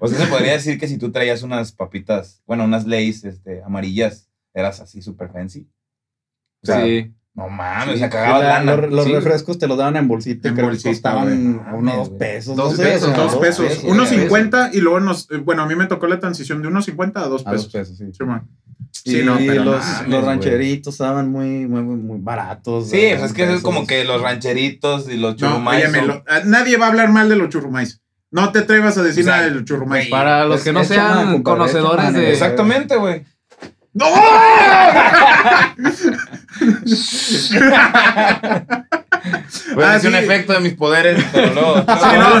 O sea, se podría decir que si tú traías unas papitas, bueno, unas leyes este, amarillas, eras así súper fancy. O sea,
Sí.
No mames,
Sí,
se
O
cagaba
sea,
lana.
los los
Sí, güey.
refrescos te los daban en bolsita,
En
creo
bolsita,
que costaban
güey.
a uno o dos
Mames,
pesos.
güey.
no
Dos
sé,
pesos,
o sea,
dos
Dos pesos,
pesos,
unos
güey.
50 y luego nos. eh, Bueno, a mí me tocó la transición de unos 50 a dos
A dos
pesos.
pesos, sí.
Sí, man.
Y
Sí, no, pero
los,
mames,
los
güey.
rancheritos estaban muy, muy, muy, muy baratos.
Sí,
güey,
pues es que eso es
pesos.
como que los rancheritos y los
No,
churumais.
óyeme,
son-
lo- ah, nadie va a hablar mal de los churrumais. No te atrevas a decir
O sea,
nada de los churrumais.
güey.
Para los
Es-
que no
es chamán,
sean
compadre, es
conocedores
chamán,
de.
exacto.
Exactamente, güey.
¡No!
Voy a
Ah,
hacer Pues, un
sí.
efecto de mis poderes, pero
*laughs*
luego,
Sí,
luego-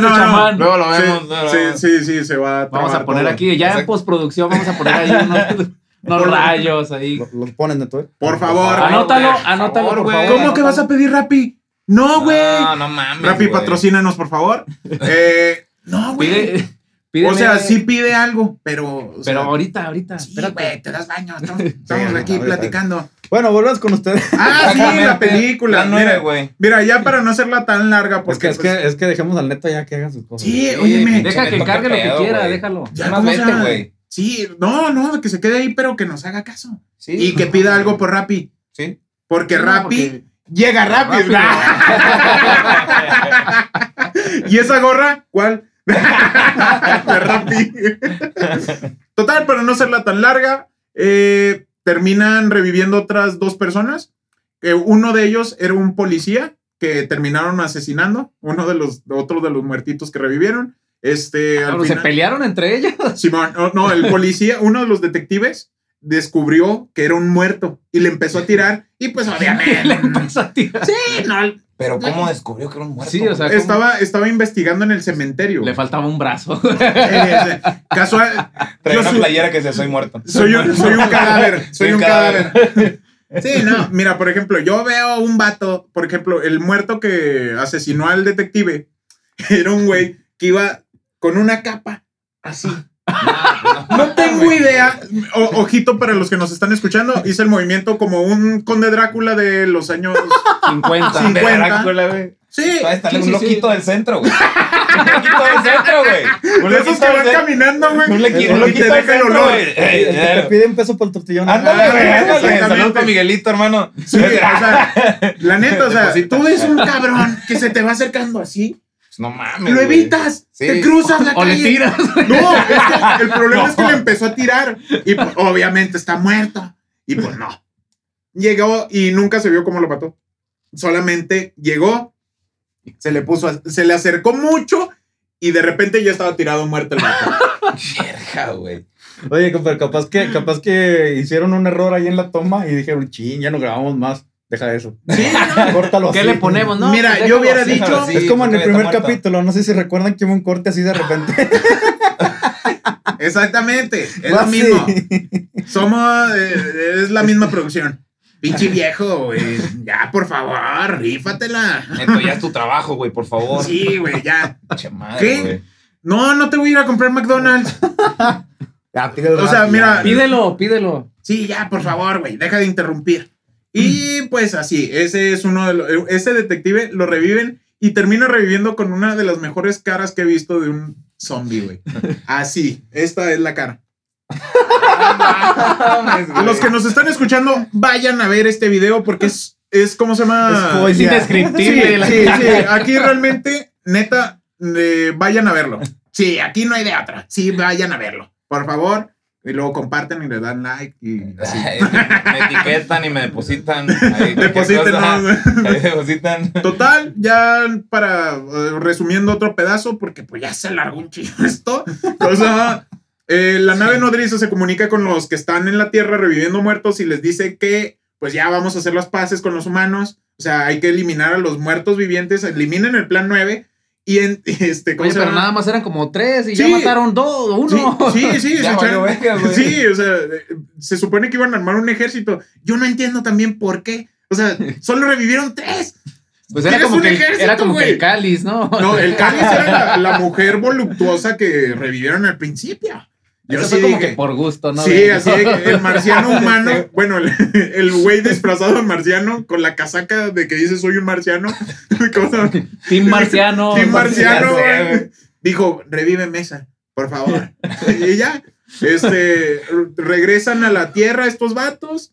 no, no,
chamán.
no.
luego lo
Sí,
vemos. luego lo
Sí,
vemos.
sí, sí, se va a
Vamos a
trabar
poner
todo.
aquí, ya en
Exacto.
postproducción vamos a poner ahí
*laughs*
unos, unos rayos ahí.
Lo- Los ponen de todo.
Por favor.
Anótalo,
Por favor,
anótalo, por
güey.
favor.
¿Cómo que vas a pedir Rappi? No, güey.
No, no mames.
Rappi,
güey.
patrocínanos, por
*laughs*
favor. Eh, no, güey.
*laughs* Pide, pídele-
O sea, sí pide algo, pero. o
Pero
sea,
ahorita, ahorita,
sí,
espérate.
güey, te das baño.
*laughs*
Estamos,
Sí,
estamos
no,
aquí
ahorita.
platicando.
Bueno, volvemos con ustedes.
Ah, sí, la
Exactamente.
película.
La nueve,
Mira,
güey.
mira, ya para no hacerla tan
Es
larga,
que,
porque.
es,
pues,
que, es que dejemos al neto ya que haga sus cosas.
Sí,
Sí,
óyeme.
pinche
Deja que
Neto,
cargue lo
qué
que
pedo,
quiera,
güey.
déjalo.
Ya,
Más
¿cómo se
vete,
llama?
güey.
Sí, no, no, que se quede ahí, pero que nos haga caso.
Sí.
Y que pida algo por Rappi.
Sí.
Porque
No,
Rappi
porque-
llega rápido. *laughs* ¿Y esa gorra? ¿Cuál? *laughs* De Rappi. Total, para no hacerla tan larga, eh, terminan reviviendo otras dos personas. Eh, uno de ellos era un policía que terminaron asesinando. Uno de los, otro de los muertitos que revivieron. Este, al
Pero se
final-
pelearon entre ellas. *laughs*
Simón, no, no, el policía, uno de los detectives, descubrió que era un muerto y le empezó a tirar. Y pues,
*laughs* Le
obviamente.
empezó a tirar.
Sí, no,
Pero ¿cómo descubrió que era un muerto?
Sí, o sea, ¿cómo?
Estaba, estaba investigando en el cementerio.
le faltaba
*laughs*
un brazo.
Eh, eh,
*laughs*
casual.
Trae
yo
una
soy-
playera que se soy muerto.
Soy un, soy
*laughs*
un cadáver. Soy
un
un cadáver. Sí, no. Mira, por ejemplo, yo veo un vato. Por ejemplo, el muerto que asesinó al detective *laughs* era un güey que iba con una capa
*laughs*
así. No tengo idea. O- ojito para los que nos están escuchando. Hice el movimiento como un conde Drácula de los años.
50.
Sí.
De
50.
Drácula, güey. *laughs*
Sí.
Todavía está
Sí,
un
sí, sí.
loquito del centro, güey. Un loquito del centro, güey. Un
De esos
loquito
que
del
van
centro.
caminando, güey. y
Un loquito, un
te
loquito del
deja el
centro,
olor.
güey.
El
Ey,
que te
ey.
pide un peso por el tortillón. Ah,
Ándale, güey, ándale.
Exactamente.
Saludos para Miguelito, hermano.
Sí, o sea,
*laughs*
la neta, o sea,
Deposita.
tú ves un cabrón que se te va acercando así,
Pues No mames.
lo
güey.
evitas,
Sí.
te cruzas la
O le
calle.
tiras.
No, es que el problema
*laughs*
es que le empezó a tirar y pues, obviamente está muerto y pues no. Llegó y nunca se vio cómo lo mató. Solamente llegó, se le puso, a- se le acercó mucho y de repente ya estaba tirado muerto el
*laughs*
vato.
Verga, güey.
Oye, compadre, capaz que, capaz que hicieron un error ahí en la toma y dijeron, chin, ya no grabamos más. Deja eso. Córtalo
¿Qué
así.
le ponemos? No,
Mira,
pues
yo
déjalo
hubiera
así.
dicho-
Déjalo así,
es como en el
porque
primer
está muerto.
capítulo, no sé si recuerdan que hubo un corte así de repente.
Exactamente, es
*laughs* Fue
lo
así.
mismo. Somos. eh, es la misma producción. Pinche viejo, güey. Ya, por favor, rífatela.
Neto, ya es tu trabajo, güey, por favor.
Sí, güey, ya.
Che madre,
¿Qué?
güey.
No, no te voy a ir a comprar McDonald's.
Ya, tira el
O sea,
rap,
mira,
Pídelo, pídelo.
Sí, ya, por favor, güey, deja de interrumpir. Y pues así, ese es uno de los. Ese detective lo reviven y termina reviviendo con una de las mejores caras que he visto de un zombie, güey. Así, esta es la
*laughs*
cara.
No mames, güey.
Los que nos están escuchando, vayan a ver este video porque es. es ¿Cómo se llama?
Es joya.
Es
Sí,
indescriptible. la-
sí, sí. Aquí realmente, neta, eh, vayan a verlo. Sí, aquí no hay de otra. Sí, vayan a verlo. Por favor, Y luego comparten y le dan like y así.
me etiquetan y me depositan. ahí,
*laughs*
cualquier
Depositen,
cosa.
Pues ¿no? *laughs*
Ahí depositan.
Total, ya para eh, resumiendo otro pedazo, porque pues ya se largó un chingo esto. O sea, eh, la nave nodriza se comunica con los que están en la Tierra reviviendo muertos y les dice que pues ya vamos a hacer las paces con los humanos. O sea, hay que eliminar a los muertos vivientes, eliminen el plan 9 y en, *laughs* este, ¿cómo
Oye,
se
pero
llama?
nada más eran como tres y ya
Sí.
mataron dos, uno.
Sí, sí,
*laughs*
sí.
Ya
se echaron-
valió verga, güey.
sí, o sea, eh, se supone que iban a armar un ejército. Yo no entiendo también por qué. O
*laughs*
sea, solo revivieron tres.
*laughs* Pues era
Eres
como,
un
que, el-
ejército,
era como que
güey.
el cáliz, ¿no?
No, el cáliz era la,
*laughs*
la mujer voluptuosa que revivieron al principio. Yo
*laughs* Eso
sí
fue como
dije-
que por gusto, ¿no?
Sí,
De-
así de que el
*laughs*
marciano humano, bueno, el- el güey disfrazado de marciano con la casaca de que dice soy un marciano, *laughs* cosa,
Team Marciano.
*laughs* Team Marciano,
ya sé,
güey. Dijo, revive mesa, por favor. y ya, este, re- regresan a la tierra estos vatos.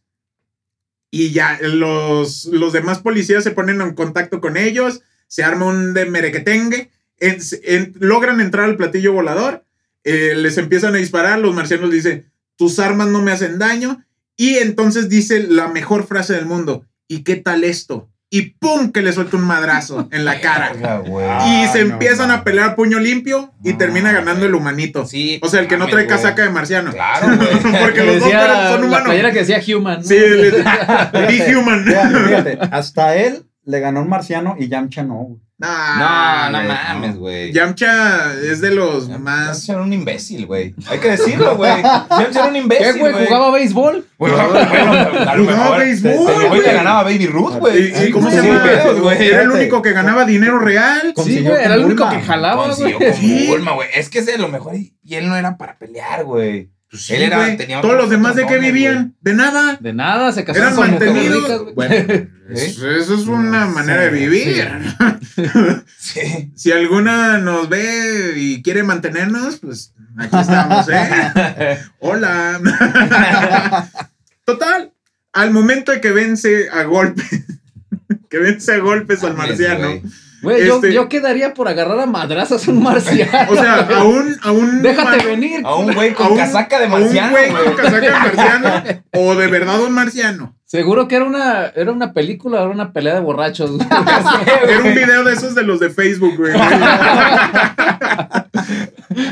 Y ya, los, los demás policías se ponen en contacto con ellos. Se arma un de merequetengue. en- en- logran entrar al platillo volador. eh, les empiezan a disparar. Los marcianos dicen, tus armas no me hacen daño. Y entonces dice la mejor frase del mundo. ¿Y qué tal esto? Y pum, que le suelta un madrazo en la cara.
*laughs* Verga, güey.
Y se
Ay, no,
empiezan
no.
a pelear a puño limpio y
No,
termina ganando el humanito.
Sí,
O sea, el que no
mames,
trae
güey.
casaca de marciano.
Claro, güey.
*laughs* Porque
Que
los dos
decía-
eran- son
La playera
humanos.
que decía Human. ¿no?
Sí, le- Be human.
Fíjate,
*laughs*
fíjate, hasta él le ganó un marciano y Yamcha no. güey.
No,
Nah,
no
Ah, güey,
mames, güey.
Yamcha es de los
Yamcha
más.
era un imbécil, güey. Hay que
*laughs*
decirlo, güey. Yamcha era un
¿Qué,
imbécil,
güey? ¿Jugaba béisbol?
Bueno, bueno, a lo
Jugaba
mejor
béisbol,
te- te-
güey.
güey, le ganaba a Baby Ruth, güey.
¿Y- y ¿Cómo
Sí,
se llama?
pedos, güey.
Era el
Fíjate.
único que ganaba dinero real.
Sí,
Consiguió
güey, era el
con
único
Bulma.
que jalaba, güey.
Consiguió con
Sí.
Bulma, güey. Es que ese a lo mejor y y él no era para pelear, güey.
Pues sí,
Él era-
güey.
tenía
Todos los
otros
demás de qué
dones,
vivían.
güey.
De nada.
De nada, se casaron
Eran
con
mantenidos.
mujercitas, güey.
Bueno, eso eso es una
No
manera de
sé,
vivir.
Sí.
Si alguna nos ve y quiere mantenernos, pues aquí estamos,
*laughs*
¿eh? Hola. *laughs* Total, al momento de que vence a golpes, *laughs* que vence a golpes al
Mames,
marciano.
güey.
Güey, yo,
Este-
yo quedaría por agarrar a madrazas a un marciano.
O sea, a un, a *laughs*
*laughs*
un
Déjate
humano-
venir.
A un güey
a
con
un-
casaca de
a un
marciano,
güey con
güey.
casaca de marciano o de verdad un
*laughs*
marciano.
Seguro que era una, era una película, era una pelea de
*laughs*
borrachos. güey. *laughs*
Era un video de esos de los de Facebook,
*laughs*
güey. *laughs*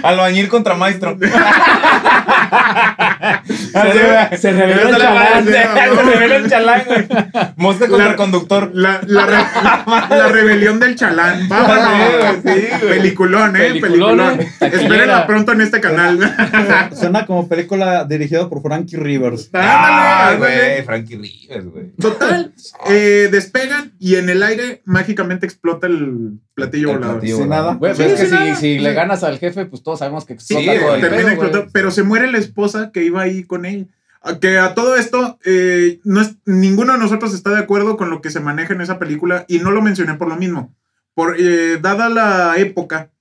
Albañil contra maestro.
Ah,
Se- se reveló el
chalán.
Se reveló el chalán, güey. Mosca contra el conductor.
La, la re-
*laughs*
la rebelión del chalán. Vámonos.
Sí, güey, sí, güey.
Peliculón, eh.
Peliculón,
Peliculón.
eh. Taquillera.
Espérenla pronto en este canal.
Suena como película dirigida por Frankie Rivers.
Ah,
*laughs* Ándale, ándale.
güey. Frankie Rivers, güey.
Total, eh, despegan y en el aire mágicamente explota el platillo
El
volador.
platillo.
Sin nada.
Güey,
Sí,
pero es que
sí,
si,
nada.
si le ganas al jefe, pues todos sabemos que
Sí,
explota
eh,
todo el
termina
pedo, güey.
explotando, pero se muere la esposa que iba ahí con él. A Que a todo esto, eh, no es, ninguno de nosotros está de acuerdo con lo que se maneja en esa película y no lo mencioné por lo mismo. Por, eh, dada la época,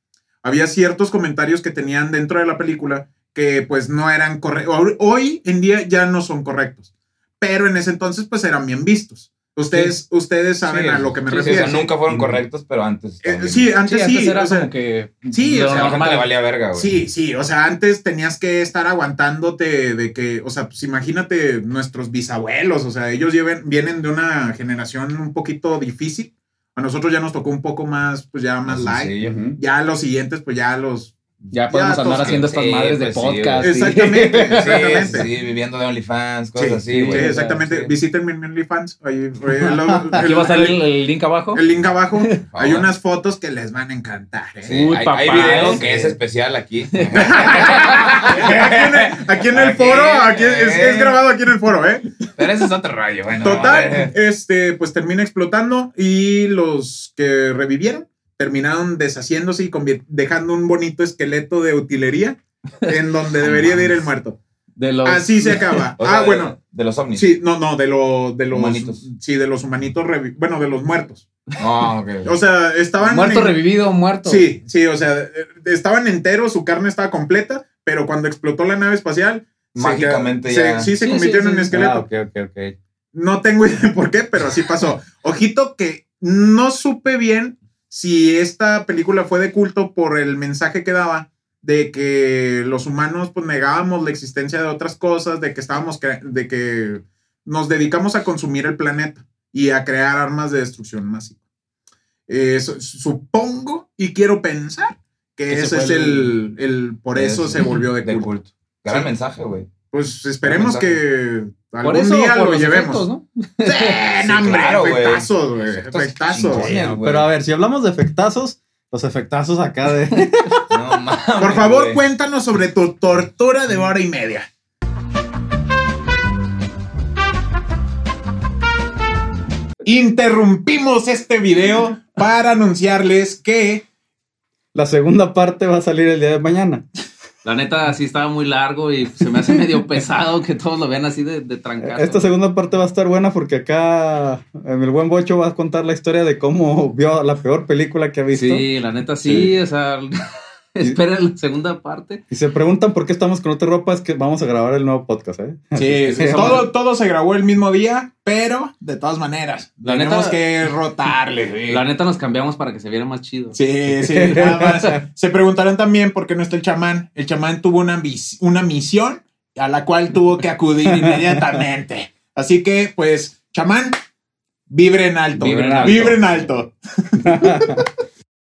había ciertos comentarios que tenían dentro de la película que pues no eran correctos. Hoy en día ya no son correctos, pero en ese entonces pues eran bien vistos. Ustedes, ustedes saben
Sí,
a lo que me
sí, sí,
refiero.
o sea, nunca fueron correctos, pero antes.
Eh,
también.
sí,
Sí,
antes sí.
antes era
o sea,
como que
sí,
lo
o sea,
A la gente
normal.
le valía verga, güey.
Sí, sí, o sea, antes tenías que estar aguantándote de que, o sea, pues imagínate nuestros bisabuelos, o sea, ellos lleven, vienen de una generación un poquito difícil. A nosotros ya nos tocó un poco más, pues ya más
Ah, Sí,
light.
sí,
Ujú.
Ya los siguientes, pues ya los.
Ya podemos
todos
andar haciendo estas
sí,
madres de
pues sí,
podcast.
güey.
sí.
Exactamente,
*laughs* Sí,
exactamente.
sí, viviendo de OnlyFans, cosas
Sí,
así,
Sí,
güey.
exactamente.
sí.
Visiten mi mi OnlyFans.
*laughs*
Ahí, ahí el-
*laughs* Aquí
el-
va a estar el, el link abajo.
el link abajo. Hay
favor.
unas fotos que les van a encantar. ¿eh?
Sí,
Uy,
hay,
papá,
hay video
eh.
que es especial aquí.
*laughs*
*laughs*
Aquí en el, aquí en el
Aquí,
foro, aquí es-
eh.
es grabado aquí en el foro, ¿eh?
Pero ese es otro rayo, bueno.
Total,
vale.
este, pues termina explotando y los que revivieron terminaron deshaciéndose y convier- dejando un bonito esqueleto de utilería en
*laughs*
donde debería de ir el muerto.
De los,
Así se acaba.
*laughs* O sea,
ah,
de-
bueno.
De los ovnis.
Sí, no, no, de, lo, de los
Humanitos.
Sí, de los humanitos, revi- bueno, de los muertos.
Ah, ok.
O sea, estaban...
Muerto,
en-
revivido, muerto.
Sí, sí, o sea, eh, estaban enteros, su carne estaba completa, pero cuando explotó la nave espacial... se-
Mágicamente
se-
ya.
sí, se
Sí,
convirtieron
sí, sí.
en esqueleto.
Ah, ok, ok, ok.
No tengo idea por qué, pero así pasó. Ojito que no supe bien si esta película fue de culto por el mensaje que daba de que los humanos pues negábamos la existencia de otras cosas, de que estábamos cre- de que nos dedicamos a consumir el planeta y a crear armas de destrucción masiva. Eh, su- supongo y quiero pensar que
Ese
ese,
fue
es el,
el-
el- por eso se volvió *laughs* de culto.
Gran
Sí.
mensaje, güey.
Pues esperemos
Mensaje.
que
Por
algún
eso,
día
por
lo
los
llevemos.
efectos, ¿no?
Sí, no, hombre,
claro, güey.
efectazos, güey,
Efectos
efectazos.
chingones,
Bueno,
güey.
pero a ver, si hablamos de efectazos, los efectazos acá de. *laughs*
No mames,
Por favor,
güey.
cuéntanos sobre tu tortura de hora y media. Interrumpimos este video para anunciarles que
La segunda parte va a salir el día de mañana.
La neta, sí estaba muy largo y se me hace medio *laughs* pesado que todos lo vean así de, de trancazo.
Esta segunda parte va a estar buena porque acá eh, el buen Bocho va a contar la historia de cómo vio la peor película que ha visto.
Sí, la neta, sí,
Sí.
o sea, *laughs* esperen la segunda parte.
Y se preguntan por qué estamos con otra ropa, es que vamos a grabar el nuevo podcast, ¿eh?
sí,
sí,
todo, todo se grabó el mismo día, pero de todas maneras,
La
tenemos
neta-
que rotarle. sí.
La neta, nos cambiamos para que se viera más chido.
Sí, sí, nada más. Se preguntarán también por qué no está el chamán. El chamán tuvo una, vis- una misión a la cual tuvo que acudir inmediatamente. Así que, pues, chamán, vibren alto. Vibren
Vibren
alto.
alto.